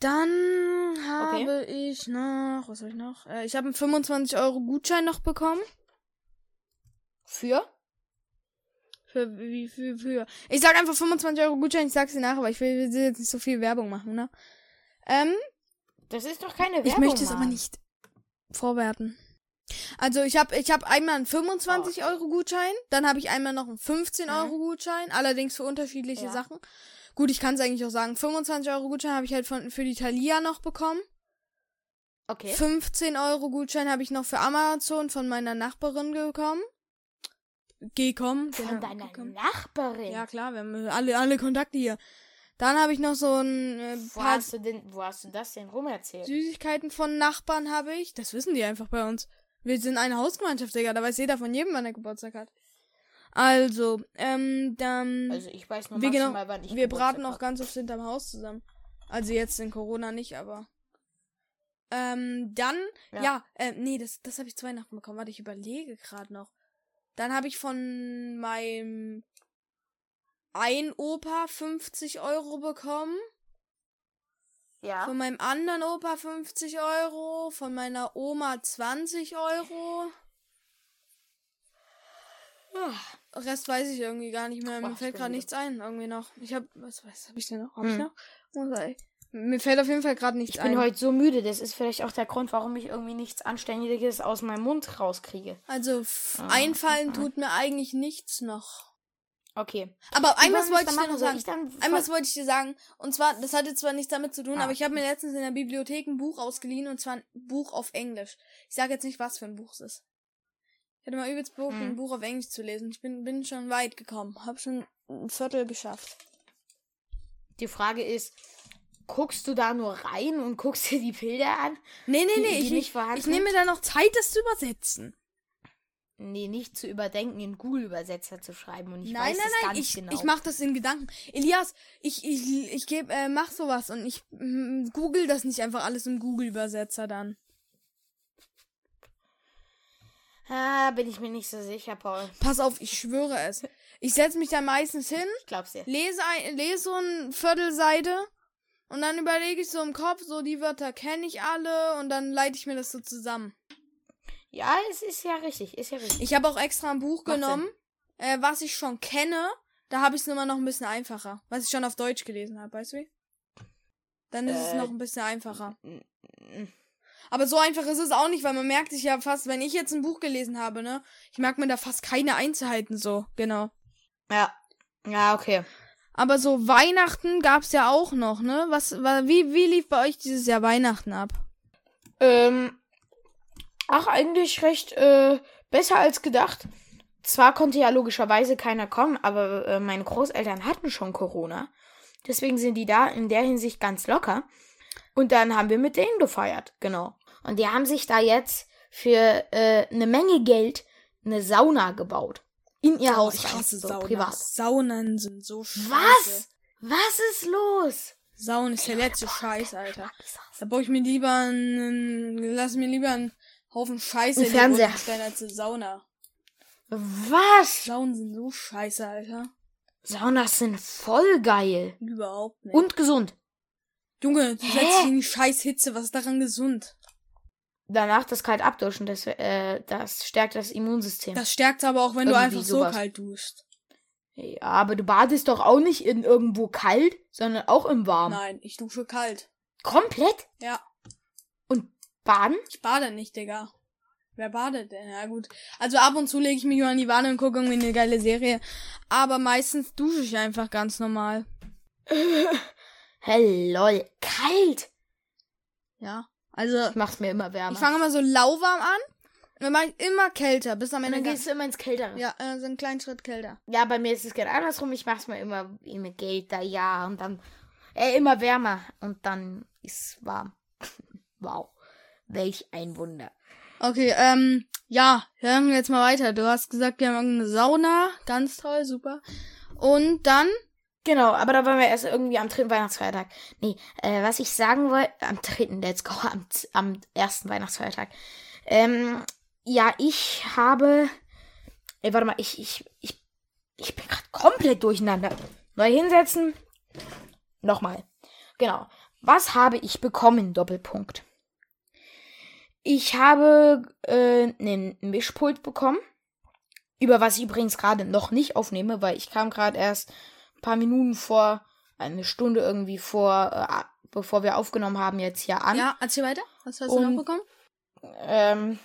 Speaker 2: Dann habe ich noch, was habe ich noch? Äh, ich habe einen 25 Euro Gutschein noch bekommen.
Speaker 3: Für?
Speaker 2: Für, wie, für, für. Ich sag einfach 25 Euro Gutschein, ich sag's dir nachher, aber ich will, will jetzt nicht so viel Werbung machen, ne? Ähm,
Speaker 3: Das ist doch keine Werbung.
Speaker 2: ich möchte es
Speaker 3: Mann.
Speaker 2: aber nicht vorwerten. Also ich habe ich hab einmal einen 25 Euro Gutschein, dann habe ich einmal noch einen 15
Speaker 3: Mhm.
Speaker 2: Euro Gutschein, allerdings für unterschiedliche
Speaker 3: Ja.
Speaker 2: Sachen. Gut, ich kann es eigentlich auch sagen. 25 Euro Gutschein habe ich halt von, für die Thalia noch bekommen.
Speaker 3: Okay.
Speaker 2: 15 Euro Gutschein habe ich noch für Amazon von meiner Nachbarin bekommen. Gekommen.
Speaker 3: Von
Speaker 2: genau,
Speaker 3: deiner
Speaker 2: gekommen.
Speaker 3: Nachbarin.
Speaker 2: Ja, klar, wir haben alle, alle Kontakte hier. Dann habe ich noch so ein äh,
Speaker 3: Wo
Speaker 2: paar
Speaker 3: hast, du denn, wo hast du das denn rumerzählt?
Speaker 2: Süßigkeiten von Nachbarn habe ich. Das wissen die einfach bei uns. Wir sind eine Hausgemeinschaft, Digga. Da weiß jeder von jedem, wann er Geburtstag hat. Also, ähm, dann.
Speaker 3: Also ich weiß nur
Speaker 2: Wie genau?
Speaker 3: maximal, wann ich
Speaker 2: wir
Speaker 3: Geburtstag
Speaker 2: braten auch ganz oft hinterm Haus zusammen. Also jetzt in Corona nicht, aber. Ähm, dann,
Speaker 3: Ja.
Speaker 2: ja, äh, nee, das, das habe ich zu Weihnachten bekommen. Warte, ich überlege gerade noch. Dann habe ich von meinem ein Opa 50 Euro bekommen,
Speaker 3: hab. Ja.
Speaker 2: von meinem anderen Opa 50 Euro, von meiner Oma 20 Euro. Ja, Rest weiß ich irgendwie gar nicht mehr. Mir
Speaker 3: Boah, ich
Speaker 2: fällt
Speaker 3: bin
Speaker 2: gerade
Speaker 3: müde.
Speaker 2: nichts ein, irgendwie noch. Ich habe, was, was habe ich denn noch? Hab ich
Speaker 3: Hm.
Speaker 2: noch? Muss ich- Mir fällt auf jeden Fall gerade nichts
Speaker 3: Ich
Speaker 2: ein.
Speaker 3: bin heute so müde, das ist vielleicht auch der Grund, warum ich irgendwie nichts Anständiges aus meinem Mund rauskriege.
Speaker 2: also f-
Speaker 3: Ah,
Speaker 2: einfallen tut mir eigentlich nichts noch.
Speaker 3: Okay.
Speaker 2: Aber
Speaker 3: Wollen
Speaker 2: eines
Speaker 3: wir es
Speaker 2: wollte ich
Speaker 3: dann
Speaker 2: dir noch
Speaker 3: machen? Soll
Speaker 2: sagen.
Speaker 3: Ich dann
Speaker 2: Einmal wollte ich dir sagen, und zwar, das hatte zwar nichts damit zu tun,
Speaker 3: Ah.
Speaker 2: aber ich habe mir letztens in der Bibliothek ein Buch ausgeliehen, und zwar ein Buch auf Englisch. Ich sage jetzt nicht, was für ein Buch es ist. Ich hatte mal übelst Bock,
Speaker 3: Hm.
Speaker 2: ein Buch auf Englisch zu lesen. Ich bin, bin schon weit gekommen. Hab schon ein Viertel geschafft.
Speaker 3: die Frage ist, guckst du da nur rein und guckst dir die Bilder an?
Speaker 2: Nee, nee,
Speaker 3: Die-
Speaker 2: nee,
Speaker 3: die
Speaker 2: ich,
Speaker 3: nicht
Speaker 2: ich,
Speaker 3: vorhanden
Speaker 2: ich nehme mir da noch Zeit, das zu übersetzen.
Speaker 3: Nee, nicht zu überdenken, in Google-Übersetzer zu schreiben. Und ich
Speaker 2: nein,
Speaker 3: weiß
Speaker 2: nein,
Speaker 3: es
Speaker 2: nein,
Speaker 3: ganz
Speaker 2: ich,
Speaker 3: genau.
Speaker 2: ich mach das in Gedanken. Elias, ich, ich, ich geb, äh, mach sowas und ich mm, google das nicht einfach alles im Google-Übersetzer dann.
Speaker 3: ah, bin ich mir nicht so sicher, Paul.
Speaker 2: Pass auf, ich schwöre es. Ich setze mich da meistens hin,
Speaker 3: Ich glaub's dir.
Speaker 2: lese, ein, lese so ein Viertelseite und dann überlege ich so im Kopf, so die Wörter kenne ich alle und dann leite ich mir das so zusammen.
Speaker 3: Ja, es ist ja richtig, ist ja richtig.
Speaker 2: Ich habe auch extra ein Buch
Speaker 3: Macht
Speaker 2: genommen, äh, was ich schon kenne. Da habe ich es immer noch ein bisschen einfacher, was ich schon auf Deutsch gelesen habe, weißt du wie? Dann ist es
Speaker 3: Äh,
Speaker 2: noch ein bisschen einfacher.
Speaker 3: Mm,
Speaker 2: Aber so einfach ist es auch nicht, weil man merkt sich ja fast, wenn ich jetzt ein Buch gelesen habe, ne? Ich merke mir da fast keine Einzelheiten so, genau.
Speaker 3: Ja. Ja, okay.
Speaker 2: Aber so Weihnachten gab's ja auch noch, ne? Was, wa- wie, wie lief bei euch dieses Jahr Weihnachten ab?
Speaker 3: Ähm, ach, eigentlich recht äh, besser als gedacht. Zwar konnte ja logischerweise keiner kommen, aber äh, meine Großeltern hatten schon Corona. Deswegen sind die da in der Hinsicht ganz locker. Und dann haben wir mit denen gefeiert, genau. Und die haben sich da jetzt für äh, eine Menge Geld eine Sauna gebaut. In
Speaker 2: Oh,
Speaker 3: ihr Haus. rein, so privat.
Speaker 2: Saunen sind so scheiße.
Speaker 3: Was? Was ist los?
Speaker 2: Saunen ist der letzte Scheiß, Alter. Da baue ich mir lieber einen, lass mir lieber einen Haufen Scheiße
Speaker 3: Ein
Speaker 2: in den Boden
Speaker 3: Fernseher.
Speaker 2: stellen als eine Sauna.
Speaker 3: Was?
Speaker 2: Saunen sind so scheiße, Alter.
Speaker 3: Saunas sind voll geil.
Speaker 2: Überhaupt nicht.
Speaker 3: Und gesund.
Speaker 2: Junge, du
Speaker 3: Hä?
Speaker 2: setzt dich in die scheiß Hitze, was ist daran gesund?
Speaker 3: danach das kalt abduschen, das, äh, das stärkt das Immunsystem.
Speaker 2: Das stärkt aber auch, wenn du
Speaker 3: Irgendwie
Speaker 2: einfach
Speaker 3: sowas.
Speaker 2: so kalt duschst.
Speaker 3: ja, aber du badest doch auch nicht in irgendwo kalt, sondern auch im Warmen.
Speaker 2: Nein, ich dusche kalt.
Speaker 3: Komplett?
Speaker 2: Ja.
Speaker 3: Und baden?
Speaker 2: Ich bade nicht, Digga. Wer badet denn? Ja gut. Also ab und zu lege ich mich nur an die Wanne und gucke irgendwie eine geile Serie. Aber meistens dusche ich einfach ganz normal.
Speaker 3: Hey, lol, kalt.
Speaker 2: Ja. Also
Speaker 3: Ich mach's mir immer wärmer.
Speaker 2: ich fange immer so lauwarm an. Und dann mache ich immer kälter, bis am
Speaker 3: und
Speaker 2: Ende
Speaker 3: dann gehst du immer ins Kältere.
Speaker 2: ganz- Ja, äh, so einen kleinen Schritt kälter.
Speaker 3: Ja, bei mir ist es gerade andersrum. Ich mach's mir immer, immer kälter, ja. Und dann, äh, immer wärmer. Und dann ist warm. wow. Welch ein Wunder.
Speaker 2: Okay, ähm, ja, hören wir jetzt mal weiter. Du hast gesagt, wir haben eine Sauna. Ganz toll, super. Und dann,
Speaker 3: Genau, aber da waren wir erst irgendwie am dritten Weihnachtsfeiertag. Nee, äh, was ich sagen wollte, am dritten, let's go, am, z- am ersten Weihnachtsfeiertag. Ähm, ja, ich habe. Ey, warte mal, ich, ich, ich, ich bin gerade komplett durcheinander. Neu hinsetzen. Nochmal. Genau. Was habe ich bekommen? Doppelpunkt. Ich habe äh, einen Mischpult bekommen, über was ich übrigens gerade noch nicht aufnehme, weil ich kam gerade erst ein paar Minuten vor, eine Stunde irgendwie vor, äh, bevor wir aufgenommen haben, jetzt hier an.
Speaker 2: ja, erzähl weiter. Was hast du
Speaker 3: Und-
Speaker 2: noch bekommen?
Speaker 3: Ähm,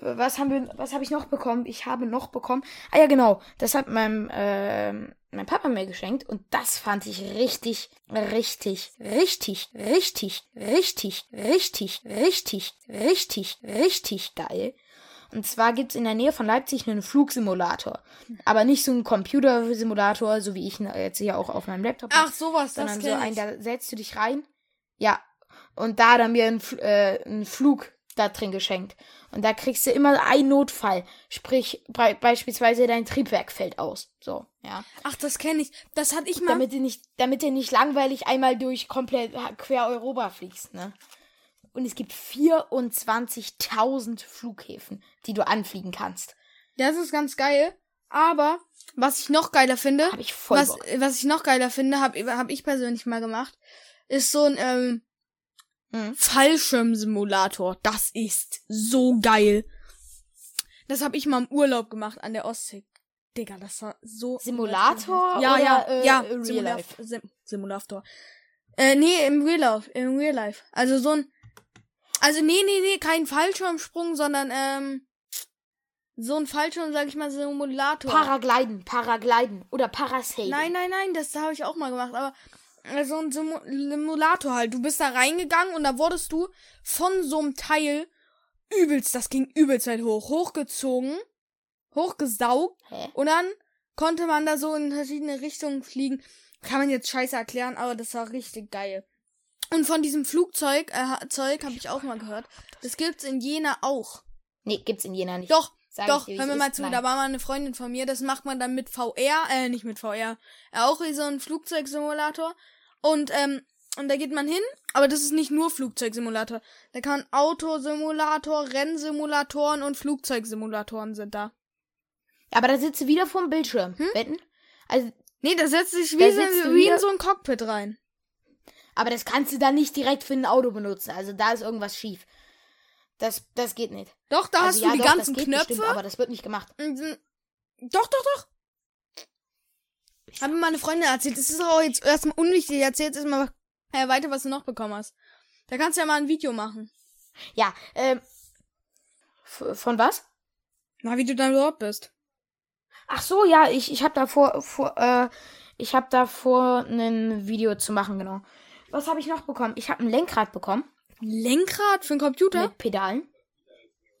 Speaker 3: was haben wir, was habe ich noch bekommen? Ich habe noch bekommen. Ah ja, genau. Das hat mein, ähm, mein Papa mir geschenkt und das fand ich richtig, richtig, richtig, richtig, richtig, richtig, richtig, richtig, richtig geil. Und zwar gibt's in der Nähe von Leipzig einen Flugsimulator. Aber nicht so einen Computersimulator, so wie ich ihn jetzt hier auch auf meinem Laptop hab
Speaker 2: Ach, sowas, das
Speaker 3: sondern so
Speaker 2: kenn
Speaker 3: ein,
Speaker 2: ich.
Speaker 3: da setzt du dich rein. Ja. Und da hat er mir einen, Fl- äh, einen Flug da drin geschenkt. Und da kriegst du immer einen Notfall. Sprich, bei- beispielsweise dein Triebwerk fällt aus. So, ja.
Speaker 2: Ach, das kenne ich. Das hatte ich mal.
Speaker 3: Damit du nicht, damit du nicht langweilig einmal durch komplett ha- quer Europa fliegst, ne? Und es gibt 24.000 Flughäfen, die du anfliegen kannst.
Speaker 2: Das ist ganz geil. Aber was ich noch geiler finde,
Speaker 3: Habe ich voll
Speaker 2: was,
Speaker 3: Bock.
Speaker 2: was ich noch geiler finde, habe hab ich persönlich mal gemacht, ist so ein ähm,
Speaker 3: Mhm.
Speaker 2: Fallschirmsimulator. Das ist so geil. Das habe ich mal im Urlaub gemacht an der Ostsee. Digga, das war so.
Speaker 3: Simulator
Speaker 2: Ja,
Speaker 3: oder,
Speaker 2: ja,
Speaker 3: äh,
Speaker 2: ja.
Speaker 3: Real
Speaker 2: Simula-
Speaker 3: Life?
Speaker 2: Sim Simulator. Äh, nee, im Real Life. Im Real Life. Also so ein. Also nee, nee, nee, kein Fallschirmsprung, sondern ähm. So ein Fallschirm, sag ich mal, Simulator.
Speaker 3: Paragliden, Paragliden oder Parasailing.
Speaker 2: Nein, nein, nein, das habe ich auch mal gemacht, aber äh, so ein Simu- Simulator halt. Du bist da reingegangen und da wurdest du von so einem Teil übelst, das ging übelst weit hoch, hochgezogen, hochgesaugt
Speaker 3: Hä?
Speaker 2: und dann konnte man da so in verschiedene Richtungen fliegen. Kann man jetzt scheiße erklären, aber das war richtig geil. Und von diesem Flugzeug, äh, Zeug habe ich auch mal gehört. Das gibt's in Jena auch.
Speaker 3: Nee, gibt's in Jena nicht.
Speaker 2: Doch,
Speaker 3: Sag
Speaker 2: doch,
Speaker 3: ich dir, wie
Speaker 2: hör
Speaker 3: es
Speaker 2: mir
Speaker 3: ist.
Speaker 2: mal zu,
Speaker 3: Nein.
Speaker 2: da war mal eine Freundin von mir, das macht man dann mit VR, äh, nicht mit VR, äh, auch wie so ein Flugzeugsimulator. Und, ähm, und da geht man hin, aber das ist nicht nur Flugzeugsimulator. Da kann man Autosimulator, Rennsimulatoren und Flugzeugsimulatoren sind da.
Speaker 3: Aber da sitzt du wieder vorm Bildschirm. Wetten? Also,
Speaker 2: Nee, da setzt sich
Speaker 3: Da
Speaker 2: wie, so,
Speaker 3: sitzt du
Speaker 2: wie in
Speaker 3: wieder-
Speaker 2: so ein Cockpit rein.
Speaker 3: aber das kannst du dann nicht direkt für ein Auto benutzen. Also da ist irgendwas schief. Das, das geht nicht.
Speaker 2: Doch, da
Speaker 3: also,
Speaker 2: hast
Speaker 3: ja,
Speaker 2: du die
Speaker 3: doch,
Speaker 2: ganzen
Speaker 3: das geht
Speaker 2: Knöpfe.
Speaker 3: Bestimmt, aber das wird nicht gemacht.
Speaker 2: und sind- Doch, doch, doch. Haben mir meine Freunde erzählt. Es ist auch jetzt erstmal unwichtig. Erzähl jetzt erstmal äh, weiter, was du noch bekommen hast. Da kannst du ja mal ein Video machen.
Speaker 3: Ja, ähm. f- Von was?
Speaker 2: Na, wie du dann dort bist.
Speaker 3: Ach so, ja, ich, ich habe da vor, vor, äh, ich habe da vor, ein Video zu machen, genau. Was habe ich noch bekommen? Ich habe ein Lenkrad bekommen.
Speaker 2: Ein Lenkrad für einen Computer?
Speaker 3: Mit Pedalen.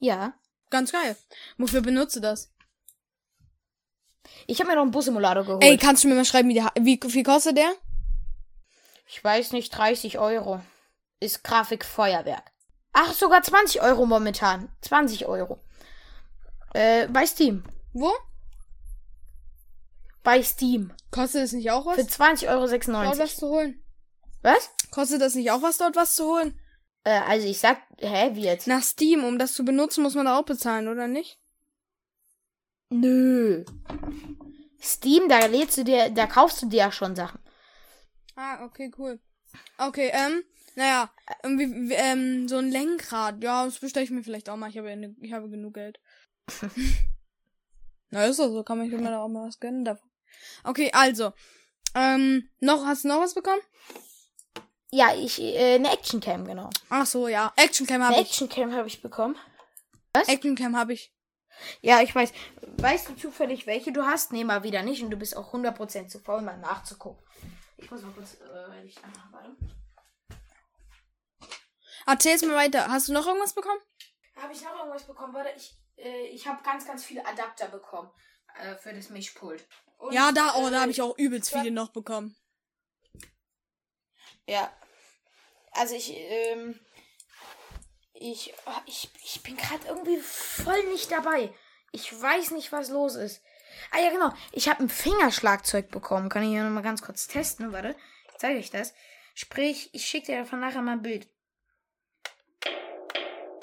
Speaker 3: Ja.
Speaker 2: Ganz geil. Wofür benutzt du das?
Speaker 3: Ich habe mir noch einen Bussimulator geholt.
Speaker 2: Ey, kannst du mir mal schreiben, wie, der, wie viel kostet der?
Speaker 3: Ich weiß nicht, 30 Euro. Ist Grafikfeuerwerk. Ach, sogar 20 Euro momentan. 20 Euro. Äh, bei Steam.
Speaker 2: Wo?
Speaker 3: Bei Steam.
Speaker 2: Kostet es nicht auch was?
Speaker 3: Für
Speaker 2: Dort
Speaker 3: 20,96 Euro.
Speaker 2: was zu holen.
Speaker 3: Was?
Speaker 2: Kostet das nicht auch was, dort was zu holen?
Speaker 3: Äh, also ich sag, hä, wie jetzt?
Speaker 2: Nach Steam, um das zu benutzen, muss man da auch bezahlen, oder nicht?
Speaker 3: Nö. Steam, da lädst du dir, da kaufst du dir ja schon Sachen.
Speaker 2: Ah, okay, cool. Okay, ähm, naja, irgendwie, wie- ähm, so ein Lenkrad. Ja, das bestelle ich mir vielleicht auch mal. Ich habe, ja ne- ich habe genug Geld. Na, ist doch so. Kann man, ich mir da auch mal was gönnen davon. Okay, also. Ähm, noch, hast du noch was bekommen?
Speaker 3: Ja, ich, äh, eine Actioncam, genau.
Speaker 2: Ach so, ja. Actioncam habe
Speaker 3: Eine
Speaker 2: ich.
Speaker 3: Actioncam habe ich bekommen.
Speaker 2: Actioncam habe ich.
Speaker 3: Ja, ich weiß. Weißt du zufällig, welche du hast? Nee, mal wieder nicht. Und du bist auch 100% zu faul, mal nachzugucken. Ich muss mal kurz, äh, weil ich anmache, warte.
Speaker 2: Erzähl's mir weiter. Hast du noch irgendwas bekommen?
Speaker 3: Habe ich noch irgendwas bekommen? Warte, ich, äh, ich habe ganz, ganz viele Adapter bekommen äh, für das Mischpult. Und,
Speaker 2: Ja, da, oh,
Speaker 3: äh,
Speaker 2: da habe ich auch übelst viele noch bekommen.
Speaker 3: Ja. Also ich, ähm, ich, oh, ich, ich bin gerade irgendwie voll nicht dabei. Ich weiß nicht, was los ist. Ah ja, genau. Ich habe ein Fingerschlagzeug bekommen. Kann ich ja nochmal ganz kurz testen. Warte, ich zeige euch das. Sprich, ich schicke dir davon nachher mal ein Bild.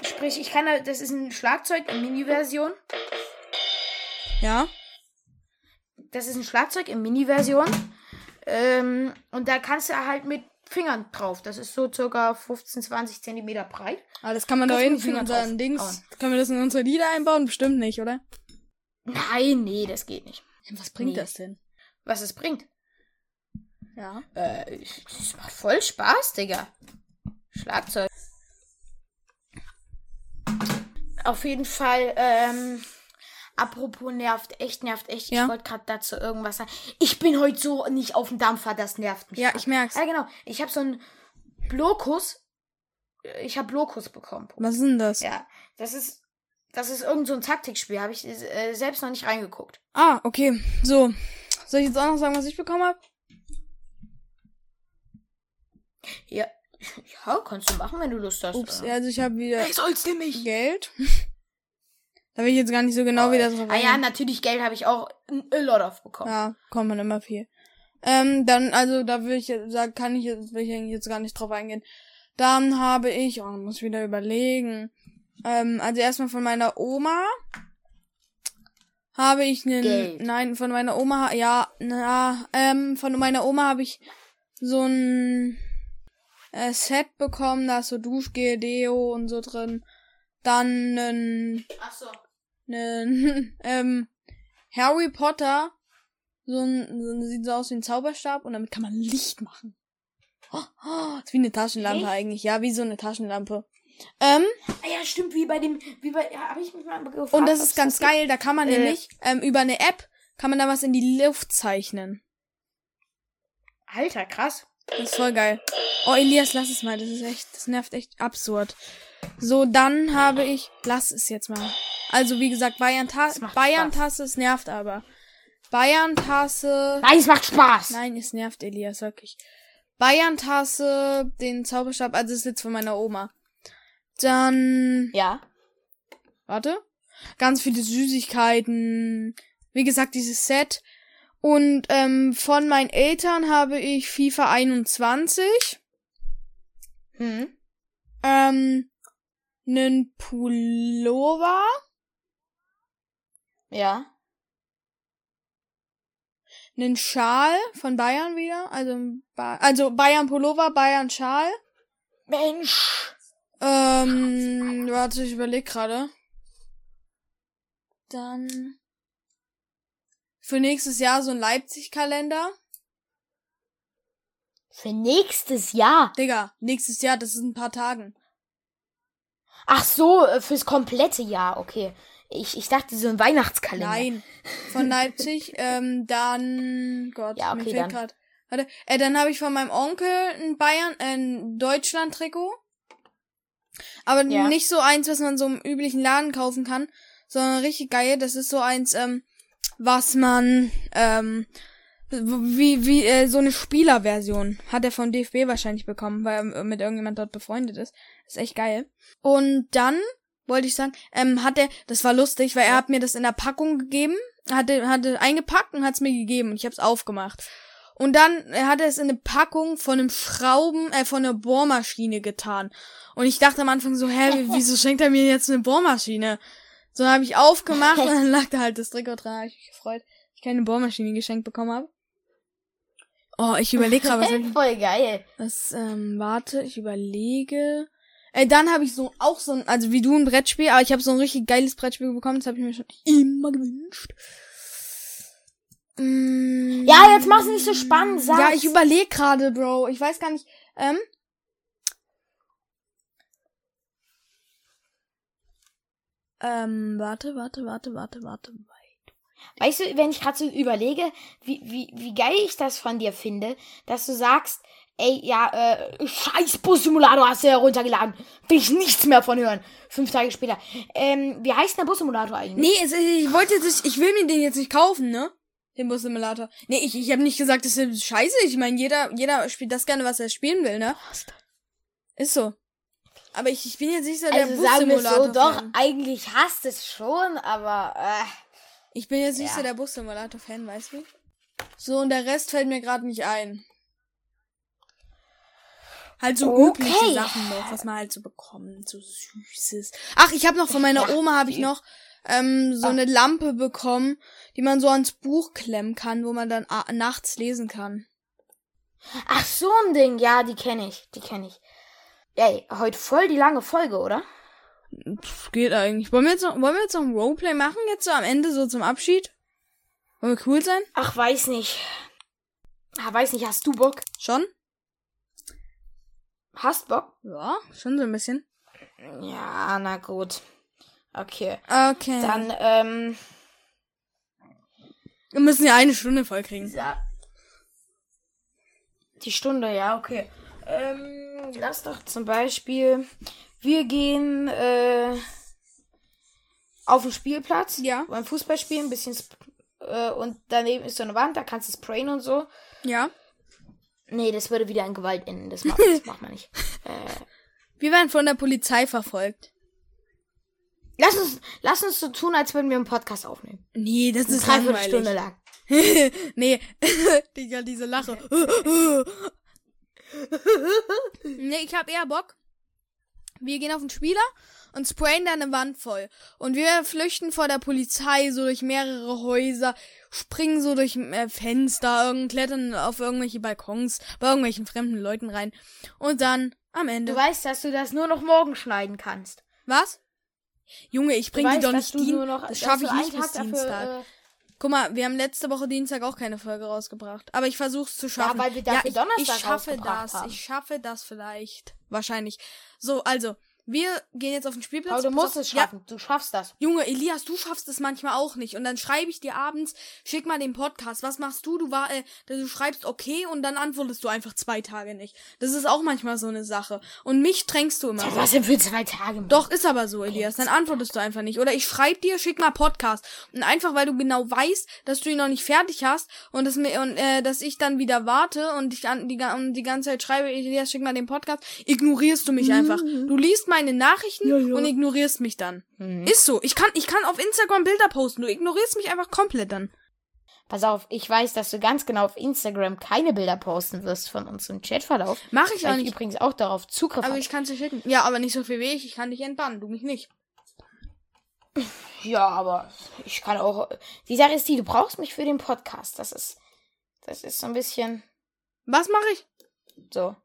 Speaker 3: Sprich, ich kann, da- das ist ein Schlagzeug, eine Mini-Version.
Speaker 2: Ja?
Speaker 3: Das ist ein Schlagzeug in Mini-Version. Ähm, und da kannst du halt mit Fingern drauf. Das ist so circa 15, 20 Zentimeter breit.
Speaker 2: Ah, das kann man doch
Speaker 3: Kannst du
Speaker 2: eh
Speaker 3: mit
Speaker 2: nicht in
Speaker 3: Finger
Speaker 2: unseren
Speaker 3: drauf
Speaker 2: Dings. Können wir das in unsere Lieder einbauen? Bestimmt nicht, oder?
Speaker 3: Nein, nee, das geht nicht.
Speaker 2: Was bringt
Speaker 3: Nee.
Speaker 2: das denn?
Speaker 3: Was es bringt.
Speaker 2: Ja.
Speaker 3: Äh, ich- das macht voll Spaß, Digga. Schlagzeug. Auf jeden Fall, ähm, apropos nervt echt, nervt echt.
Speaker 2: Ja.
Speaker 3: Ich wollte gerade dazu irgendwas sagen. Ich bin heute so nicht auf dem Dampfer, das nervt mich.
Speaker 2: Ja,
Speaker 3: grad.
Speaker 2: ich merk's.
Speaker 3: Ja, genau. Ich habe so einen Blokus. äh, Ich habe Blokus bekommen.
Speaker 2: Was ist denn das?
Speaker 3: Ja, das ist, das ist irgend so ein Taktikspiel. Habe ich äh, selbst noch nicht reingeguckt.
Speaker 2: Ah, okay. So. Soll ich jetzt auch noch sagen, was ich bekommen hab?
Speaker 3: Ja, Ja, kannst du machen, wenn du Lust hast.
Speaker 2: Ups,
Speaker 3: ja.
Speaker 2: also ich habe wieder
Speaker 3: Hey, sollst du mich?
Speaker 2: Geld. da will ich jetzt gar nicht so genau wieder so
Speaker 3: Ah ja, natürlich, Geld habe ich auch a lot of bekommen.
Speaker 2: Ja, kommt man immer viel. Ähm, dann, also da will ich jetzt sagen, kann ich jetzt, will ich eigentlich jetzt gar nicht drauf eingehen. Dann habe ich, oh, muss wieder überlegen. Ähm, also erstmal von meiner Oma habe ich
Speaker 3: Geld.
Speaker 2: einen, nein, von meiner Oma, ha- ja, na, ähm, von meiner Oma habe ich so ein äh, Set bekommen, da ist so Duschgel, Deo und so drin. Dann ein
Speaker 3: Ach so.
Speaker 2: einen ähm, Harry Potter. So ein, so ein, sieht so aus wie ein Zauberstab und damit kann man Licht machen. Oh, oh, ist wie eine Taschenlampe
Speaker 3: Echt?
Speaker 2: eigentlich. Ja, wie so eine Taschenlampe. Ähm,
Speaker 3: Ah ja, stimmt, wie bei dem, wie bei, ja, habe ich mich mal gefragt.
Speaker 2: und das
Speaker 3: ob's
Speaker 2: ist ganz
Speaker 3: gibt.
Speaker 2: geil, da kann man
Speaker 3: Äh.
Speaker 2: nämlich ähm, über eine App kann man da was in die Luft zeichnen.
Speaker 3: Alter, krass.
Speaker 2: Das ist voll geil. Oh, Elias, lass es mal. Das ist echt, das nervt echt absurd. So, dann habe ich, lass es jetzt mal. Also, wie gesagt,
Speaker 3: Das
Speaker 2: Bayern-Tasse,
Speaker 3: macht
Speaker 2: Bayern-Tasse, es nervt aber. Bayern-Tasse,
Speaker 3: Nein, es macht Spaß.
Speaker 2: Nein, es nervt Elias, wirklich. Bayern-Tasse, den Zauberstab, also das ist jetzt von meiner Oma. Dann,
Speaker 3: Ja.
Speaker 2: warte, ganz viele Süßigkeiten, wie gesagt, dieses Set. Und ähm, von meinen Eltern habe ich FIFA 21, Hm?
Speaker 3: Mhm.
Speaker 2: ähm, nen Pullover,
Speaker 3: Ja.
Speaker 2: nen Schal von Bayern wieder, also, ein ba also Bayern Pullover, Bayern Schal.
Speaker 3: Mensch.
Speaker 2: Ähm, warte, ich überleg gerade. Dann für nächstes Jahr so ein Leipzig-Kalender.
Speaker 3: Für nächstes Jahr.
Speaker 2: Digga, nächstes Jahr, das ist in ein paar Tagen.
Speaker 3: Ach so, äh, fürs komplette Jahr, okay. Ich, ich dachte, so ein Weihnachtskalender.
Speaker 2: Nein, von Leipzig. ähm, dann Gott,
Speaker 3: Ja,
Speaker 2: mir
Speaker 3: okay,
Speaker 2: fehlt
Speaker 3: dann.
Speaker 2: gerade. Warte, äh, dann habe ich von meinem Onkel ein Bayern, äh, ein Deutschland-Trikot. Aber
Speaker 3: Ja.
Speaker 2: nicht so eins, was man so im üblichen Laden kaufen kann, sondern richtig geil. Das ist so eins, ähm, was man, ähm, wie, wie, äh, so eine Spielerversion. Hat er von DFB wahrscheinlich bekommen, weil er mit irgendjemand dort befreundet ist. Ist echt geil. Und dann wollte ich sagen, ähm, hat er, das war lustig, weil er hat mir das in der Packung gegeben, hatte, hatte eingepackt und hat es mir gegeben und ich habe es aufgemacht. Und dann äh, hat er es in eine Packung von einem Schrauben, äh, von einer Bohrmaschine getan. Und ich dachte am Anfang so, hä, wie- wieso schenkt er mir jetzt eine Bohrmaschine? So habe ich aufgemacht und dann lag da halt das Trikot dran, habe ich mich gefreut, dass ich keine Bohrmaschine geschenkt bekommen habe. Oh, ich überlege gerade, was hab ich
Speaker 3: Voll geil.
Speaker 2: was, ähm, warte, ich überlege. Ey, dann habe ich so auch so ein, also wie du ein Brettspiel, aber ich habe so ein richtig geiles Brettspiel bekommen, das habe ich mir schon immer gewünscht. Mm.
Speaker 3: Ja, jetzt mach's nicht so spannend, sag's.
Speaker 2: Ja, ich überlege gerade, Bro. Ich weiß gar nicht. Ähm. Ähm, warte, warte, warte, warte, warte.
Speaker 3: Weißt du, wenn ich gerade so überlege, wie, wie, wie geil ich das von dir finde, dass du sagst, ey, ja, äh, scheiß Bus-Simulator hast du ja runtergeladen. Will ich nichts mehr von hören. Fünf Tage später. Ähm, wie heißt denn der Bus-Simulator eigentlich?
Speaker 2: Nee, es, ich wollte jetzt nicht, ich will mir den jetzt nicht kaufen, ne? Den Bus-Simulator. Nee, ich, ich habe nicht gesagt, das ist scheiße. Ich meine, jeder, jeder spielt das gerne, was er spielen will, ne? Ist so. Aber ich, ich bin jetzt nicht so der
Speaker 3: also sagen wir es
Speaker 2: Bus-Simulator.
Speaker 3: so, doch, eigentlich hasst es schon, aber, äh,
Speaker 2: Ich bin jetzt nicht
Speaker 3: Ja.
Speaker 2: so der Bus-Simulator-Fan, weißt du? So, und der Rest fällt mir gerade nicht ein. Halt so
Speaker 3: Okay.
Speaker 2: übliche Sachen noch, was man halt so bekommt, so süßes. Ach, ich habe noch von meiner Oma habe ich noch ähm,
Speaker 3: Ah.
Speaker 2: so eine Lampe bekommen, die man so ans Buch klemmen kann, wo man dann a- nachts lesen kann.
Speaker 3: ach, so ein Ding, ja, die kenne ich, die kenne ich. Ey, heute voll die lange Folge, oder?
Speaker 2: Pff, geht eigentlich. Wollen wir jetzt noch, wollen wir jetzt noch ein Roleplay machen jetzt so am Ende so zum Abschied? Wollen wir cool sein?
Speaker 3: Ach, weiß nicht. Ah, weiß nicht, hast du Bock?
Speaker 2: Schon?
Speaker 3: Hast Bock?
Speaker 2: Ja, schon so ein bisschen.
Speaker 3: Ja, na gut. Okay.
Speaker 2: Okay.
Speaker 3: Dann, ähm,
Speaker 2: wir müssen ja eine Stunde voll kriegen.
Speaker 3: sa- die Stunde, ja, okay. Ähm, lass doch zum Beispiel, wir gehen äh, auf den Spielplatz,
Speaker 2: Ja.
Speaker 3: beim Fußballspiel, ein bisschen, sp- äh, und daneben ist so eine Wand, da kannst du sprayen und so.
Speaker 2: Ja.
Speaker 3: Nee, das würde wieder in Gewalt enden, das macht, das macht man nicht.
Speaker 2: Wir werden von der Polizei verfolgt.
Speaker 3: Lass uns, lass uns so tun, als würden wir einen Podcast aufnehmen.
Speaker 2: Nee, das ist
Speaker 3: Dreiviertel
Speaker 2: langweilig.
Speaker 3: Stunde lang.
Speaker 2: nee, Digga, diese Lache. nee, ich hab eher Bock. Wir gehen auf den Spieler und sprayen da eine Wand voll. Und wir flüchten vor der Polizei so durch mehrere Häuser, springen so durch äh, Fenster, irgend, klettern auf irgendwelche Balkons, bei irgendwelchen fremden Leuten rein. Und dann am
Speaker 3: Du
Speaker 2: Ende.
Speaker 3: weißt, dass du das nur noch morgen schneiden kannst.
Speaker 2: Was? Junge, ich
Speaker 3: Du
Speaker 2: bring die
Speaker 3: weißt,
Speaker 2: doch nicht
Speaker 3: dass du
Speaker 2: Dien.
Speaker 3: nur noch-
Speaker 2: Das
Speaker 3: dass
Speaker 2: schaffe
Speaker 3: du
Speaker 2: ich
Speaker 3: einen
Speaker 2: nicht bis
Speaker 3: Tag dafür,
Speaker 2: Dienstag.
Speaker 3: äh,
Speaker 2: Guck mal, wir haben letzte Woche Dienstag auch keine Folge rausgebracht. Aber ich versuch's zu schaffen.
Speaker 3: weil wir dafür
Speaker 2: ich,
Speaker 3: Donnerstag
Speaker 2: ich schaffe
Speaker 3: rausgebracht
Speaker 2: das.
Speaker 3: haben.
Speaker 2: Ich schaffe das vielleicht. Wahrscheinlich. So, also, wir gehen jetzt auf den Spielplatz.
Speaker 3: Aber du
Speaker 2: Pass
Speaker 3: musst
Speaker 2: auf-
Speaker 3: es schaffen. Du schaffst das.
Speaker 2: Ja, Junge, Elias, du schaffst es manchmal auch nicht. Und dann schreibe ich dir abends, schick mal den Podcast. Was machst du? Du war, äh, du schreibst okay und dann antwortest du einfach zwei Tage nicht. Das ist auch manchmal so eine Sache. Und mich drängst du immer so.
Speaker 3: Was denn für zwei Tage?
Speaker 2: Doch, ist aber so, Elias. Dann antwortest du einfach nicht. Oder ich schreib dir, schick mal Podcast. Und einfach, weil du genau weißt, dass du ihn noch nicht fertig hast und, dass mir, und äh, dass ich dann wieder warte und ich an, die, ga- und die ganze Zeit schreibe, Elias, schick mal den Podcast, ignorierst du mich einfach. Du liest meine Nachrichten und ignorierst mich dann. Ist so. Ich kann, ich kann auf Instagram Bilder posten. Du ignorierst mich einfach komplett dann.
Speaker 3: Pass auf, ich weiß, dass du ganz genau auf Instagram keine Bilder posten wirst von uns im Chatverlauf.
Speaker 2: Mach ich auch
Speaker 3: Weil ich
Speaker 2: nicht.
Speaker 3: übrigens auch darauf Zugriff
Speaker 2: Aber
Speaker 3: habe.
Speaker 2: ich kann dir schicken. Ja, aber nicht so viel wie ich. Ich kann dich entbannen. Du mich nicht.
Speaker 3: Ja, aber ich kann auch. Die Sache ist die, du brauchst mich für den Podcast. Das ist. Das ist so ein bisschen
Speaker 2: Was mache ich?
Speaker 3: so.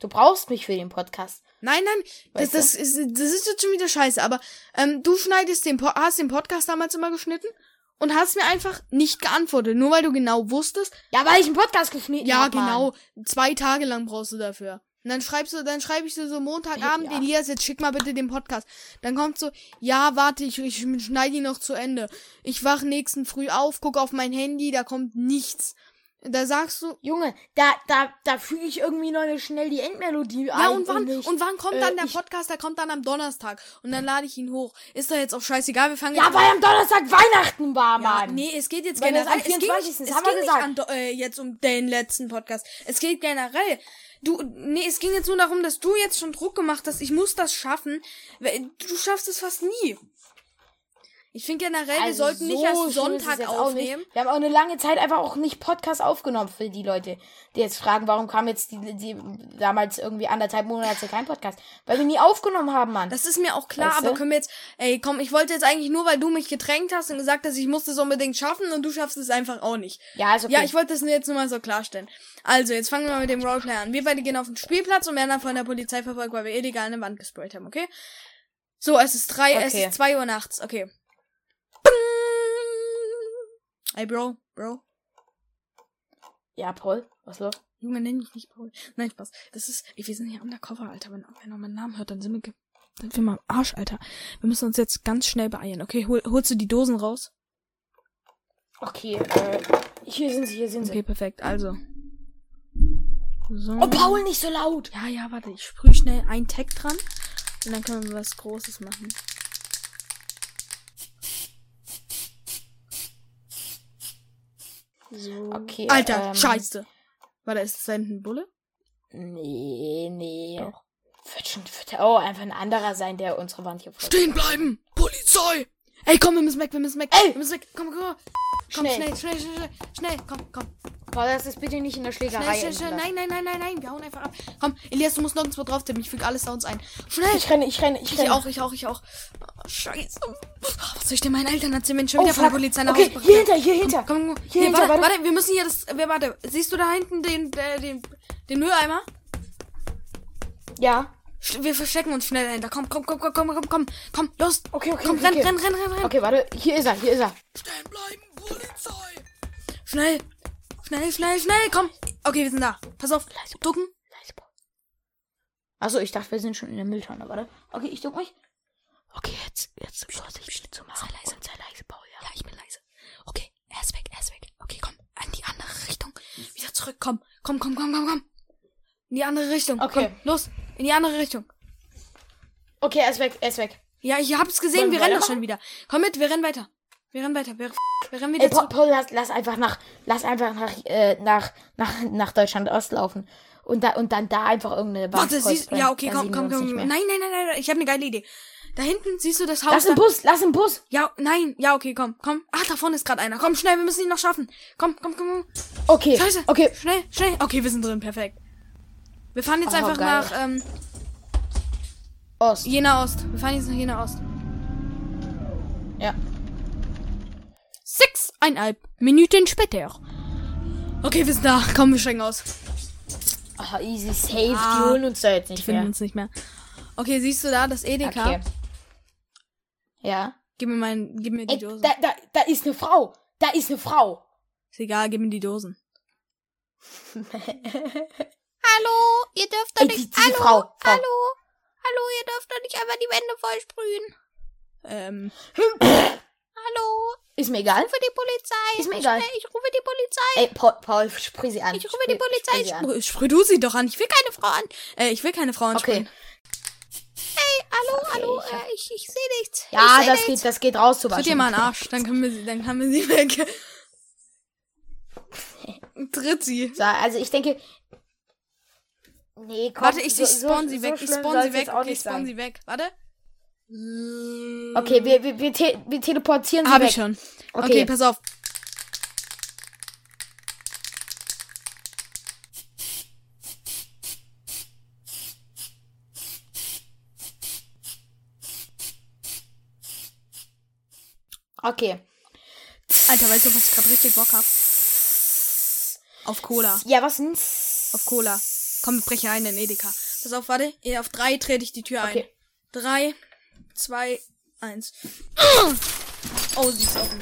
Speaker 3: Du brauchst mich für den Podcast.
Speaker 2: Nein, nein, das,
Speaker 3: Weißt
Speaker 2: das, ist, das ist jetzt schon wieder scheiße, aber ähm, du schneidest den Po- hast den Podcast damals immer geschnitten und hast mir einfach nicht geantwortet, nur weil du genau wusstest,
Speaker 3: Ja, weil ich einen Podcast geschnitten
Speaker 2: ja,
Speaker 3: hab, Mann.
Speaker 2: genau, zwei Tage lang brauchst du dafür. Und dann schreibst du, dann schreibe ich dir so Montagabend,
Speaker 3: Ja.
Speaker 2: Elias, jetzt schick mal bitte den Podcast. Dann kommt so, ja, warte, ich, ich schneide ihn noch zu Ende. Ich wach nächsten Früh auf, guck auf mein Handy, da kommt nichts. Da sagst du,
Speaker 3: Junge, da, da, da füge ich irgendwie noch eine- schnell die Endmelodie ein.
Speaker 2: Ja, und wann,
Speaker 3: nicht-
Speaker 2: und wann kommt
Speaker 3: äh,
Speaker 2: dann der
Speaker 3: ich-
Speaker 2: Podcast? Der kommt dann am Donnerstag. Und dann lade ich ihn hoch. Ist doch jetzt auch scheißegal, wir fangen
Speaker 3: Ja,
Speaker 2: jetzt
Speaker 3: weil am Donnerstag Weihnachten war,
Speaker 2: Ja,
Speaker 3: Mann.
Speaker 2: nee, es geht jetzt
Speaker 3: Weil das
Speaker 2: generell.
Speaker 3: am
Speaker 2: Es ging,
Speaker 3: 24.
Speaker 2: nicht, es
Speaker 3: haben wir
Speaker 2: ging nicht
Speaker 3: gesagt.
Speaker 2: an, Do- äh, jetzt um den letzten Podcast. Es geht generell. Du, nee, es ging jetzt nur darum, dass du jetzt schon Druck gemacht hast. Ich muss das schaffen. weil Du schaffst es fast nie. Ich finde generell, wir
Speaker 3: Also
Speaker 2: sollten nicht
Speaker 3: so schlimm
Speaker 2: erst
Speaker 3: ist es
Speaker 2: Sonntag
Speaker 3: jetzt auch
Speaker 2: aufnehmen.
Speaker 3: Nicht. Wir haben auch eine lange Zeit einfach auch nicht Podcast aufgenommen für die Leute, die jetzt fragen, warum kam jetzt die, die damals irgendwie anderthalb Monate kein Podcast? Weil wir nie aufgenommen haben, Mann.
Speaker 2: Das ist mir auch klar,
Speaker 3: Weißt
Speaker 2: aber
Speaker 3: du?
Speaker 2: können wir jetzt, ey, komm, ich wollte jetzt eigentlich nur, weil du mich gedrängt hast und gesagt hast, ich muss das unbedingt schaffen und du schaffst es einfach auch nicht.
Speaker 3: ja, ist okay.
Speaker 2: Ja, ich wollte das nur jetzt nur mal so klarstellen. Also, jetzt fangen wir mal mit dem Roleplay an. Wir beide gehen auf den Spielplatz und werden dann von der Polizei verfolgt, weil wir eh illegal eine Wand gesprayt haben, okay? So, es ist drei, es
Speaker 3: Okay.
Speaker 2: ist zwei Uhr nachts, okay. Ey, Bro, Bro.
Speaker 3: ja, Paul, was los?
Speaker 2: Junge, nenn mich nicht Paul. Nein, Spaß. Das ist, ey, wir sind hier undercover, Alter. Wenn einer meinen Namen hört, dann sind wir, ge- dann sind wir mal am Arsch, Alter. Wir müssen uns jetzt ganz schnell beeilen, okay? Hol, holst du die Dosen raus?
Speaker 3: Okay, äh, hier sind sie, hier sind sie.
Speaker 2: Okay, perfekt, also. So.
Speaker 3: Oh, Paul, nicht so laut!
Speaker 2: Ja, ja, warte, ich sprühe schnell einen Tag dran und dann können wir was Großes machen. So.
Speaker 3: Okay,
Speaker 2: Alter,
Speaker 3: ähm,
Speaker 2: scheiße. Warte, ist das ein Bulle?
Speaker 3: Nee, nee. Wird schon, wird, oh, einfach ein anderer sein, der unsere Wand hier folgt.
Speaker 2: Stehen bleiben! Polizei! Ey, komm, wir müssen weg, wir müssen weg.
Speaker 3: Ey!
Speaker 2: Wir müssen weg. Komm, komm, komm.
Speaker 3: Schnell.
Speaker 2: Komm, schnell, schnell, schnell, schnell. Schnell, komm, komm.
Speaker 3: Paul, das ist bitte nicht in der
Speaker 2: Schnell,
Speaker 3: Schlägerei.
Speaker 2: schnell, schnell.
Speaker 3: enden lassen.
Speaker 2: Nein, nein, nein, nein, nein. Wir hauen einfach ab. Komm, Elias, du musst nirgendwo drauf tippen. Ich füge alle Sounds ein. Schnell!
Speaker 3: Ich renne, ich renne, ich
Speaker 2: Ich
Speaker 3: renne.
Speaker 2: auch, ich auch, ich auch. Oh, scheiße. Was soll ich denn meinen Eltern erzählen, wenn schon
Speaker 3: Oh,
Speaker 2: wieder von der
Speaker 3: fuck.
Speaker 2: Polizei nach
Speaker 3: Okay,
Speaker 2: Hause gebracht
Speaker 3: hier
Speaker 2: wird?
Speaker 3: hinter, hier hinter.
Speaker 2: Komm, komm, komm.
Speaker 3: Hier
Speaker 2: Hier,
Speaker 3: hinter,
Speaker 2: warte,
Speaker 3: warte.
Speaker 2: warte, wir müssen hier das, wir- warte, siehst du da hinten den, äh, den, den Mülleimer?
Speaker 3: Ja.
Speaker 2: Sch- Wir verstecken uns schnell dahinter. Komm, komm, komm, komm, komm, komm, komm, komm, los.
Speaker 3: Okay, okay,
Speaker 2: Komm,
Speaker 3: okay,
Speaker 2: renn,
Speaker 3: okay.
Speaker 2: renn, renn, renn, renn.
Speaker 3: Okay, warte, hier ist er, hier ist er.
Speaker 2: Stehen bleiben, Polizei. Schnell, schnell, schnell, schnell, komm. Okay, wir sind da. Pass auf, ducken.
Speaker 3: Leise, Paul. Achso, ich dachte, wir sind schon in der Mülltonne, warte. Okay, ich duck mich. Okay, jetzt, jetzt vorsichtig zu machen. Sei leise, sei leise, Paul,
Speaker 2: Ja, ich bin leise. Okay, er ist weg, er ist weg. Okay, komm, an die andere Richtung. Wieder zurück, komm. Komm, komm, komm, komm, komm. In die andere Richtung.
Speaker 3: Okay.
Speaker 2: Komm, los, in die andere Richtung.
Speaker 3: Okay, er ist weg, er ist weg.
Speaker 2: Ja, ich hab's gesehen,
Speaker 3: Wollen
Speaker 2: wir
Speaker 3: wir
Speaker 2: rennen doch
Speaker 3: weitermachen?
Speaker 2: schon wieder. Komm mit, wir rennen weiter. Wir rennen weiter, wir, wir rennen
Speaker 3: Ey,
Speaker 2: wieder
Speaker 3: Paul,
Speaker 2: zurück.
Speaker 3: Paul lass, lass einfach nach, lass einfach nach, äh, nach, nach, nach Deutschland Ost laufen. Und, da, und dann da einfach irgendeine Wand
Speaker 2: Warte, siehst
Speaker 3: cosplayen.
Speaker 2: Ja, okay,
Speaker 3: Dann
Speaker 2: komm,
Speaker 3: sehen
Speaker 2: komm,
Speaker 3: wir uns
Speaker 2: komm.
Speaker 3: nicht
Speaker 2: Nein,
Speaker 3: mehr.
Speaker 2: nein, nein, nein, nein, ich habe eine geile Idee. Da hinten siehst du das Haus.
Speaker 3: Lass
Speaker 2: da,
Speaker 3: den Bus, lass den Bus.
Speaker 2: ja, nein, ja, okay, komm, komm. Ach, da vorne ist gerade einer. Komm, schnell, wir müssen ihn noch schaffen. Komm, komm, komm, komm.
Speaker 3: Okay,
Speaker 2: Scheiße.
Speaker 3: okay.
Speaker 2: Schnell, schnell. Okay, wir sind drin, perfekt. Wir fahren jetzt
Speaker 3: Oh,
Speaker 2: einfach
Speaker 3: geil.
Speaker 2: nach ähm,
Speaker 3: Ost.
Speaker 2: Jena Ost. Wir fahren jetzt nach Jena Ost.
Speaker 3: Ja.
Speaker 2: Sechseinhalb Minuten später. Okay, wir sind da. Komm, wir steigen aus.
Speaker 3: Oh, easy, safe.
Speaker 2: Ah,
Speaker 3: die holen uns da jetzt
Speaker 2: Die
Speaker 3: nicht
Speaker 2: finden
Speaker 3: mehr.
Speaker 2: uns nicht mehr. Okay, siehst du da das Edeka?
Speaker 3: Okay. Ja.
Speaker 2: Gib mir mein, gib mir die
Speaker 3: Ey,
Speaker 2: Dosen.
Speaker 3: da, da, da ist eine Frau. Da ist eine Frau.
Speaker 2: Ist egal, gib mir die Dosen.
Speaker 5: Hallo, ihr dürft doch
Speaker 3: Ey, die,
Speaker 5: nicht.
Speaker 3: diese Frau. Frau.
Speaker 5: Hallo, ihr dürft doch nicht einmal die Wände vollsprühen.
Speaker 2: Ähm,
Speaker 5: Hallo,
Speaker 3: Ist mir egal.
Speaker 5: für die Polizei.
Speaker 3: Ist mir egal.
Speaker 5: Schnell, Ich rufe die Polizei.
Speaker 3: Ey, Paul, Paul sprich sie an.
Speaker 5: Ich rufe die
Speaker 3: Sprich-
Speaker 5: Polizei.
Speaker 3: sprich sie an.
Speaker 2: sprüh- sprüh du sie doch an. Ich will keine Frau an. Äh, ich will keine Frau ansprechen.
Speaker 3: Okay.
Speaker 2: Okay.
Speaker 5: Hallo, hallo,
Speaker 3: ich
Speaker 5: äh, ich, ich sehe nichts.
Speaker 3: Ja,
Speaker 5: ich seh
Speaker 3: das
Speaker 5: nichts.
Speaker 3: geht, das geht raus zu
Speaker 2: Tritt ihr mal einen Arsch, dann können wir sie, dann haben wir sie weg. Tritt sie.
Speaker 3: So, also ich denke. Nee, komm.
Speaker 2: Warte, ich,
Speaker 3: so-
Speaker 2: ich spawn
Speaker 3: so-
Speaker 2: sie
Speaker 3: so
Speaker 2: weg. ich
Speaker 3: schlimm
Speaker 2: spawn
Speaker 3: soll's
Speaker 2: sie weg.
Speaker 3: jetzt auch
Speaker 2: Okay, ich
Speaker 3: nicht
Speaker 2: spawn
Speaker 3: sein.
Speaker 2: sie weg. Warte.
Speaker 3: Okay, wir, wir, wir, te wir teleportieren sie
Speaker 2: Hab
Speaker 3: weg.
Speaker 2: ich schon. Okay.
Speaker 3: Okay.
Speaker 2: pass auf.
Speaker 3: Okay.
Speaker 2: Alter, weißt du, was ich gerade richtig Bock hab? Auf Cola.
Speaker 3: Ja, was denn?
Speaker 2: Auf Cola. Komm, breche ein in Edeka. Pass auf, warte. Eh, Auf drei trete ich die Tür ein.
Speaker 3: Okay.
Speaker 2: Drei, zwei, eins. Oh, sie ist offen.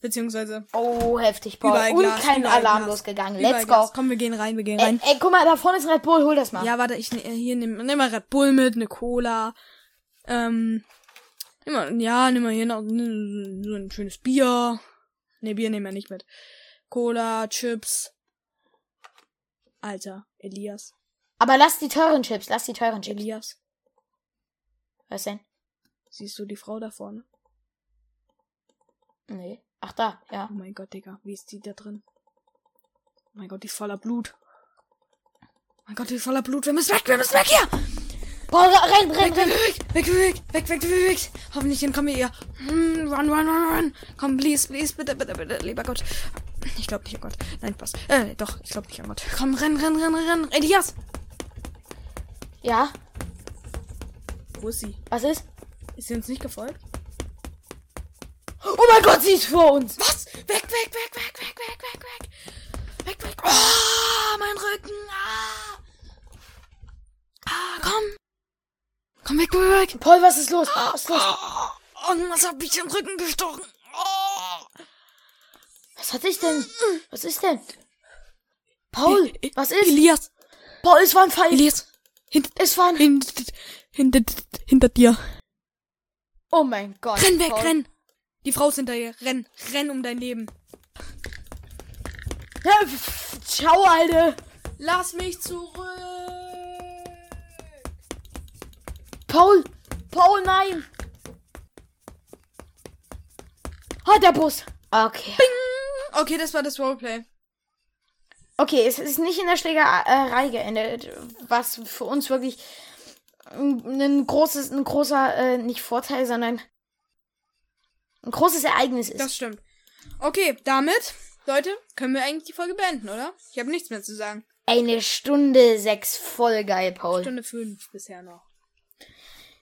Speaker 2: Beziehungsweise.
Speaker 3: Oh, heftig, Paul.
Speaker 2: Überall
Speaker 3: Und
Speaker 2: Glas,
Speaker 3: kein
Speaker 2: überall
Speaker 3: Alarm
Speaker 2: Glas.
Speaker 3: losgegangen.
Speaker 2: überall
Speaker 3: Let's
Speaker 2: Glas.
Speaker 3: go. Äh, ah.
Speaker 2: Komm, wir gehen rein, wir gehen
Speaker 3: Ey,
Speaker 2: rein.
Speaker 3: ey, guck mal, da vorne ist Red Bull. Hol das mal.
Speaker 2: Ja, warte, ich ne- hier nimm, nimm mal Red Bull mit, eine Cola. Ähm. Nimm mal, ja, nimm mal hier noch n- so ein schönes Bier. Ne, Bier nehmen wir nicht mit. Cola, Chips. Alter, Elias.
Speaker 3: Aber lass die teuren Chips. Lass die teuren Chips.
Speaker 2: Elias.
Speaker 3: Was denn?
Speaker 2: Siehst du die Frau da vorne?
Speaker 3: Nee. Ach, da. Ja.
Speaker 2: Oh mein Gott, Digga, wie ist die da drin? Oh mein Gott, die ist voller Blut. Oh mein Gott, die ist voller Blut. Wir müssen weg, wir müssen weg hier!
Speaker 3: Paul, renn, renn, renn.
Speaker 2: Weg, weg, weg, weg, weg, weg. Hoffentlich entkommen wir ihr. Hm, run, run, run, run. Komm, please, please, bitte, bitte, bitte, lieber Gott. Ich glaube nicht an Gott. Nein, Spaß. Äh, doch, ich glaube nicht an Gott. Komm, renn, renn, renn, renn, renn. Elias!
Speaker 3: Ja.
Speaker 2: Wo ist sie?
Speaker 3: Was ist?
Speaker 2: Ist sie uns nicht gefolgt?
Speaker 3: Oh mein Gott, sie ist vor uns.
Speaker 2: Was? Weg, weg, weg, weg, weg, weg, weg, weg. Weg, weg. Oh, mein Rücken. Ah. Ah, komm. Komm weg, weg, weg.
Speaker 3: Paul, was ist los? Was ist los?
Speaker 2: Oh, was hab ich den Rücken gestochen? Oh.
Speaker 3: Was hatte ich denn? Was ist denn? Paul, was ist?
Speaker 2: Elias,
Speaker 3: Paul, es war ein Pfeil.
Speaker 2: Elias. Hinter,
Speaker 3: Es war ein...
Speaker 2: hinter, hinter, hinter dir.
Speaker 3: Oh mein Gott.
Speaker 2: Renn weg,
Speaker 3: Paul.
Speaker 2: renn. Die Frau ist hinter dir. Renn, renn um dein Leben.
Speaker 3: Ja, pff, Ciao, Alter.
Speaker 2: Lass mich zurück.
Speaker 3: Paul. Paul, nein. Ah, der Bus. Okay.
Speaker 2: Okay, das war das Roleplay.
Speaker 3: Okay, es ist nicht in der Schlägerei geendet, was für uns wirklich ein ein großes, ein großer, äh, nicht Vorteil, sondern ein großes Ereignis ist.
Speaker 2: Das stimmt. Okay, damit, Leute, können wir eigentlich die Folge beenden, oder? Ich habe nichts mehr zu sagen.
Speaker 3: Eine Stunde sechs, voll geil, Paul.
Speaker 2: Stunde fünf bisher noch.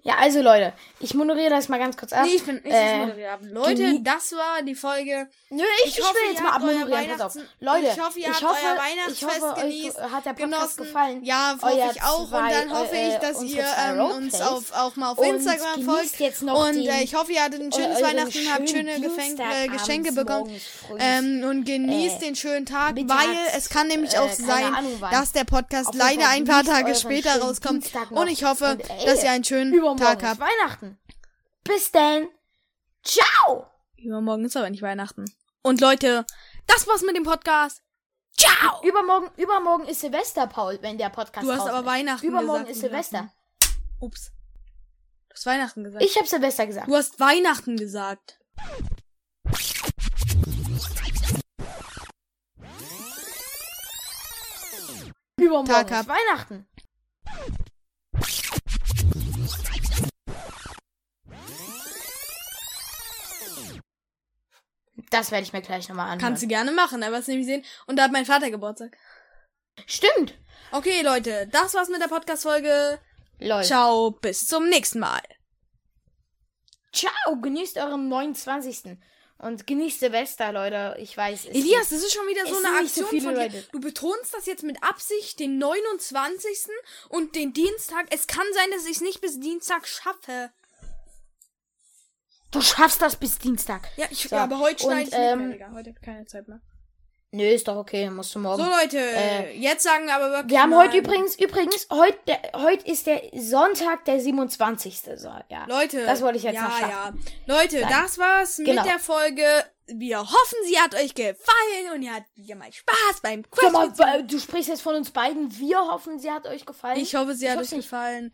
Speaker 3: Ja, also Leute, ich moderiere das mal ganz kurz ab.
Speaker 2: Nee, ich bin ich
Speaker 3: äh,
Speaker 2: äh, ab. Leute,
Speaker 3: geni-
Speaker 2: das war die Folge.
Speaker 3: Nö, ich,
Speaker 2: ich
Speaker 3: ich
Speaker 2: hoffe,
Speaker 3: will
Speaker 2: ihr
Speaker 3: jetzt mal
Speaker 2: habt euer
Speaker 3: abmoderieren. Pass auf.
Speaker 2: Weihnachts-
Speaker 3: Leute,
Speaker 2: ich hoffe, ihr habt
Speaker 3: hoffe-
Speaker 2: euer Weihnachtsfest
Speaker 3: ich hoffe,
Speaker 2: genießt,
Speaker 3: Euch hat der Podcast
Speaker 2: Genossen.
Speaker 3: gefallen.
Speaker 2: Ja, hoffe
Speaker 3: Euer
Speaker 2: ich auch.
Speaker 3: zwei,
Speaker 2: und dann hoffe
Speaker 3: äh,
Speaker 2: ich, dass
Speaker 3: unsere
Speaker 2: ihr
Speaker 3: zwei
Speaker 2: ähm, uns
Speaker 3: Roleplays.
Speaker 2: auf, auch mal auf
Speaker 3: Und
Speaker 2: Instagram
Speaker 3: genießt
Speaker 2: folgt.
Speaker 3: jetzt noch
Speaker 2: und
Speaker 3: den-
Speaker 2: äh, ich hoffe, ihr hattet ein schönes
Speaker 3: euren
Speaker 2: Weihnachten, habt
Speaker 3: schönen
Speaker 2: schöne Gefänk äh,
Speaker 3: Dienstagabends
Speaker 2: Geschenke bekommen.
Speaker 3: morgens früh.
Speaker 2: Ähm, und genießt
Speaker 3: äh,
Speaker 2: den schönen Tag,
Speaker 3: mittags,
Speaker 2: weil es kann nämlich auch
Speaker 3: äh, keine
Speaker 2: sein,
Speaker 3: Ahnung wann.
Speaker 2: dass der Podcast
Speaker 3: Auf jeden
Speaker 2: leider
Speaker 3: Fall
Speaker 2: ein paar
Speaker 3: genießt
Speaker 2: Tage
Speaker 3: euren
Speaker 2: später
Speaker 3: schönen
Speaker 2: rauskommt.
Speaker 3: Dienstag noch.
Speaker 2: Und ich hoffe,
Speaker 3: Und, ey,
Speaker 2: dass ihr einen schönen
Speaker 3: Übermorgen
Speaker 2: Tag
Speaker 3: ist
Speaker 2: habt.
Speaker 3: Weihnachten. Bis denn. Ciao.
Speaker 2: Übermorgen ist aber nicht Weihnachten. Und Leute, das war's mit dem Podcast. Ciao!
Speaker 3: Übermorgen, übermorgen ist Silvester, Paul, wenn der Podcast
Speaker 2: Du hast
Speaker 3: draußen
Speaker 2: aber
Speaker 3: ist.
Speaker 2: Weihnachten gesagt
Speaker 3: Übermorgen
Speaker 2: ne? Mhm.
Speaker 3: ist
Speaker 2: und wir hatten-
Speaker 3: Silvester.
Speaker 2: Ups. Du hast Weihnachten gesagt.
Speaker 3: Ich habe Silvester gesagt.
Speaker 2: du hast Weihnachten gesagt.
Speaker 3: Übermorgen
Speaker 2: Tag
Speaker 3: ist
Speaker 2: hab.
Speaker 3: Weihnachten. Das werde ich mir gleich nochmal anhören.
Speaker 2: Kannst du gerne machen, aber es nämlich sehen. Und da hat mein Vater Geburtstag.
Speaker 3: Stimmt.
Speaker 2: Okay, Leute, das war's mit der Podcast-Folge.
Speaker 3: Leute.
Speaker 2: Ciao, bis zum nächsten Mal.
Speaker 3: Ciao, genießt euren 29. Und genießt Silvester, Leute. Ich weiß, es
Speaker 2: Elias, das ist schon wieder
Speaker 3: es
Speaker 2: so
Speaker 3: sind
Speaker 2: eine
Speaker 3: nicht so
Speaker 2: Aktion
Speaker 3: viele
Speaker 2: von dir.
Speaker 3: Leute.
Speaker 2: Du betonst das jetzt mit Absicht, den 29. und den Dienstag. Es kann sein, dass ich es nicht bis Dienstag schaffe.
Speaker 3: Gibt, du schaffst das bis Dienstag.
Speaker 2: Ja, ich,
Speaker 3: So,
Speaker 2: aber heute schneide
Speaker 3: und,
Speaker 2: ich nicht mehr,
Speaker 3: ähm,
Speaker 2: Digga. Heute habe ich keine Zeit mehr.
Speaker 3: Nö, ist doch okay. Musst du morgen.
Speaker 2: So, Leute,
Speaker 3: äh,
Speaker 2: jetzt sagen wir aber wirklich
Speaker 3: wir haben
Speaker 2: mal-
Speaker 3: heute übrigens, übrigens, heute, der, heute ist der Sonntag, der 27. So, ja.
Speaker 2: Leute,
Speaker 3: das wollte ich jetzt
Speaker 2: ja,
Speaker 3: noch schaffen.
Speaker 2: ja. Leute,
Speaker 3: Dann-
Speaker 2: das war's
Speaker 3: Genau.
Speaker 2: mit der Folge. Wir hoffen, sie hat euch gefallen und ihr hattet wieder mal Spaß beim
Speaker 3: Sag mal,
Speaker 2: Quiz.
Speaker 3: wa- du sprichst jetzt von uns beiden. Wir hoffen, sie hat euch gefallen.
Speaker 2: Ich hoffe, sie
Speaker 3: Ich
Speaker 2: hat euch
Speaker 3: hoffe nicht.
Speaker 2: gefallen.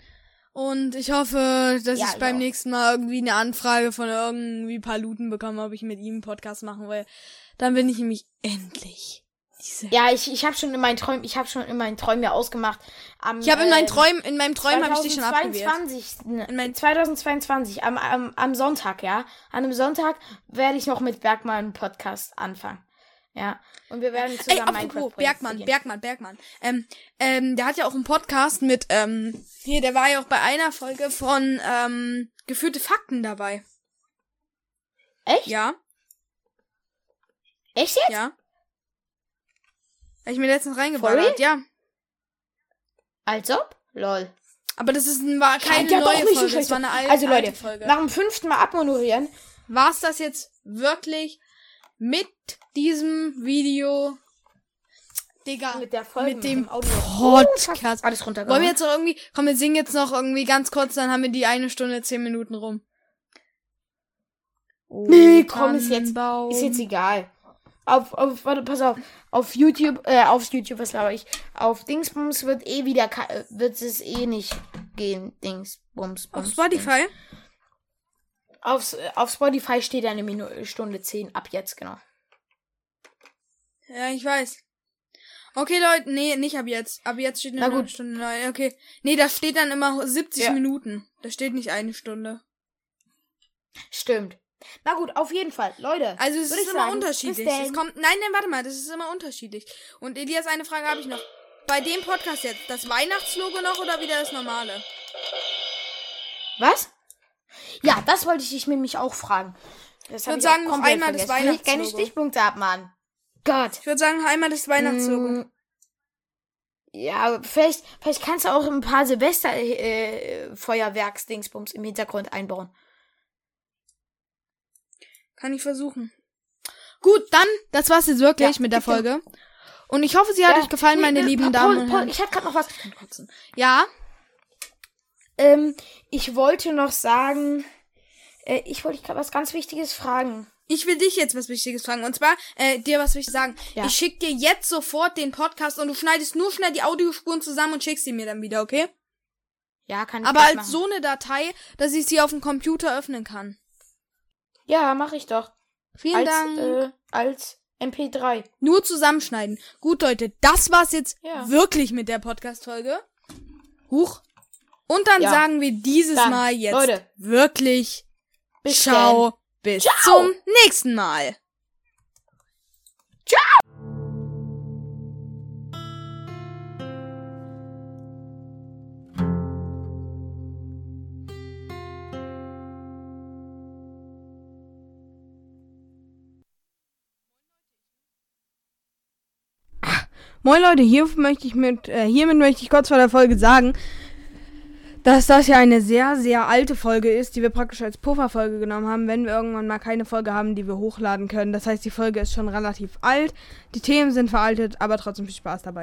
Speaker 2: Und ich hoffe, dass
Speaker 3: Ja, genau.
Speaker 2: ich
Speaker 3: ich
Speaker 2: beim
Speaker 3: auch.
Speaker 2: nächsten Mal irgendwie eine Anfrage von irgendwie Paluten bekomme, ob ich mit ihm einen Podcast machen will. Dann bin ich nämlich endlich diese.
Speaker 3: ja, ich, ich habe schon in meinen Träumen, ich habe schon in meinen Träumen ja ausgemacht. Am,
Speaker 2: Ich habe in meinen
Speaker 3: ähm,
Speaker 2: Träumen, in meinem Träumen habe ich dich schon abgewählt.
Speaker 3: 2022,
Speaker 2: In meinen-
Speaker 3: 2022, ne, am, am, am Sonntag, ja. An einem Sonntag werde ich noch mit Bergmann einen Podcast anfangen. Ja. Und wir werden
Speaker 2: Ey,
Speaker 3: zusammen
Speaker 2: apropos,
Speaker 3: Minecraft
Speaker 2: Bergmann, Bergmann, Bergmann. Ähm, ähm, der hat ja auch einen Podcast mit, ähm, hier, der war ja auch bei einer Folge von, ähm, geführte Fakten dabei.
Speaker 3: Echt?
Speaker 2: Ja,
Speaker 3: Echt jetzt?
Speaker 2: ja. Hab ich mir letztens reingeballert, ja.
Speaker 3: Als ob? Lol.
Speaker 2: Aber das ist ein, war keine
Speaker 3: Scheint ja doch
Speaker 2: neue
Speaker 3: nicht so
Speaker 2: Folge,
Speaker 3: schlecht
Speaker 2: das war eine
Speaker 3: zu-
Speaker 2: alte,
Speaker 3: Also, Leute,
Speaker 2: alte Folge.
Speaker 3: Nach dem fünften Mal abmoderieren.
Speaker 2: War's das jetzt wirklich mit diesem Video? Digga,
Speaker 3: Mit der Folge.
Speaker 2: mit dem
Speaker 3: Audio.
Speaker 2: Podcast.
Speaker 3: Alles runtergegangen.
Speaker 2: Wollen wir jetzt noch irgendwie, komm, wir singen jetzt noch irgendwie ganz kurz, dann haben wir die eine Stunde, zehn Minuten rum.
Speaker 3: Oh, Nee, komm, ist jetzt-
Speaker 2: Tannenbaum.
Speaker 3: Ist jetzt egal. Auf, auf, warte, pass auf. Auf YouTube, äh, auf YouTube, was glaube ich? Auf Dingsbums wird eh wieder, ka- äh, wird es eh nicht gehen. Dingsbums.
Speaker 2: Auf
Speaker 3: Bums, Dings.
Speaker 2: Spotify?
Speaker 3: Aufs, äh, auf Spotify steht eine Minute, Stunde 10 ab jetzt, genau.
Speaker 2: Ja, ich weiß. Okay, Leute, nee, nicht ab jetzt. Ab jetzt steht eine
Speaker 3: Na
Speaker 2: neue
Speaker 3: gut.
Speaker 2: Stunde. neun. Okay. Nee, da steht dann immer 70
Speaker 3: Ja.
Speaker 2: Minuten. Da steht nicht eine Stunde.
Speaker 3: Stimmt. Na gut, auf jeden Fall. Leute.
Speaker 2: Also es
Speaker 3: würd
Speaker 2: ist
Speaker 3: ich
Speaker 2: immer
Speaker 3: sagen,
Speaker 2: unterschiedlich.
Speaker 3: bis denn.
Speaker 2: Es kommt, nein, nein, warte mal, das ist immer unterschiedlich. Und Elias, eine Frage habe ich noch. Bei dem Podcast jetzt, das Weihnachtslogo noch oder wieder das normale?
Speaker 3: Was? Ja, das wollte ich nämlich auch fragen. Das hab
Speaker 2: würd
Speaker 3: auch
Speaker 2: sagen, noch
Speaker 3: komplett
Speaker 2: einmal das
Speaker 3: vergessen. Will ich Keine
Speaker 2: Weihnachtslogo.
Speaker 3: Stichpunkte ab, Mann. Gott.
Speaker 2: Ich würde sagen, einmal das Weihnachtslogo.
Speaker 3: Mm. Ja, vielleicht, vielleicht kannst du auch ein paar Silvester-Feuerwerks-Dingsbums im Hintergrund einbauen.
Speaker 2: Kann ich versuchen. Gut, dann, das war's jetzt wirklich
Speaker 3: Ja,
Speaker 2: mit der
Speaker 3: bitte.
Speaker 2: Folge. Und ich hoffe, sie hat
Speaker 3: Ja,
Speaker 2: euch gefallen,
Speaker 3: nee,
Speaker 2: meine
Speaker 3: nee,
Speaker 2: lieben
Speaker 3: Paul,
Speaker 2: Damen und
Speaker 3: Paul,
Speaker 2: Herren.
Speaker 3: Ich hatte gerade noch was.
Speaker 2: Ja,
Speaker 3: Ähm, ich wollte noch sagen, äh, ich wollte gerade was ganz Wichtiges fragen.
Speaker 2: ich will dich jetzt was Wichtiges fragen. Und zwar, äh, dir was Wichtiges sagen.
Speaker 3: Ja.
Speaker 2: Ich schick dir jetzt sofort den Podcast und du schneidest nur schnell die Audiospuren zusammen und schickst sie mir dann wieder, okay?
Speaker 3: Ja, kann ich
Speaker 2: Aber
Speaker 3: gleich
Speaker 2: als
Speaker 3: machen.
Speaker 2: so eine Datei, dass ich sie auf dem Computer öffnen kann.
Speaker 3: Ja, mache ich doch.
Speaker 2: Vielen
Speaker 3: als,
Speaker 2: Dank.
Speaker 3: Äh, als MP3.
Speaker 2: Nur zusammenschneiden. Gut, Leute, das war's jetzt
Speaker 3: Ja.
Speaker 2: wirklich mit der Podcast-Folge. Huch. Und dann
Speaker 3: Ja.
Speaker 2: sagen wir dieses
Speaker 3: Dann,
Speaker 2: Mal jetzt
Speaker 3: Leute.
Speaker 2: wirklich
Speaker 3: Bis
Speaker 2: Ciao. Bis zum nächsten Mal.
Speaker 1: Moin Leute, hier möchte ich mit, äh, hiermit möchte ich kurz vor der Folge sagen, dass das ja eine sehr, sehr alte Folge ist, die wir praktisch als Pufferfolge genommen haben, wenn wir irgendwann mal keine Folge haben, die wir hochladen können. Das heißt, die Folge ist schon relativ alt, die Themen sind veraltet, aber trotzdem viel Spaß dabei.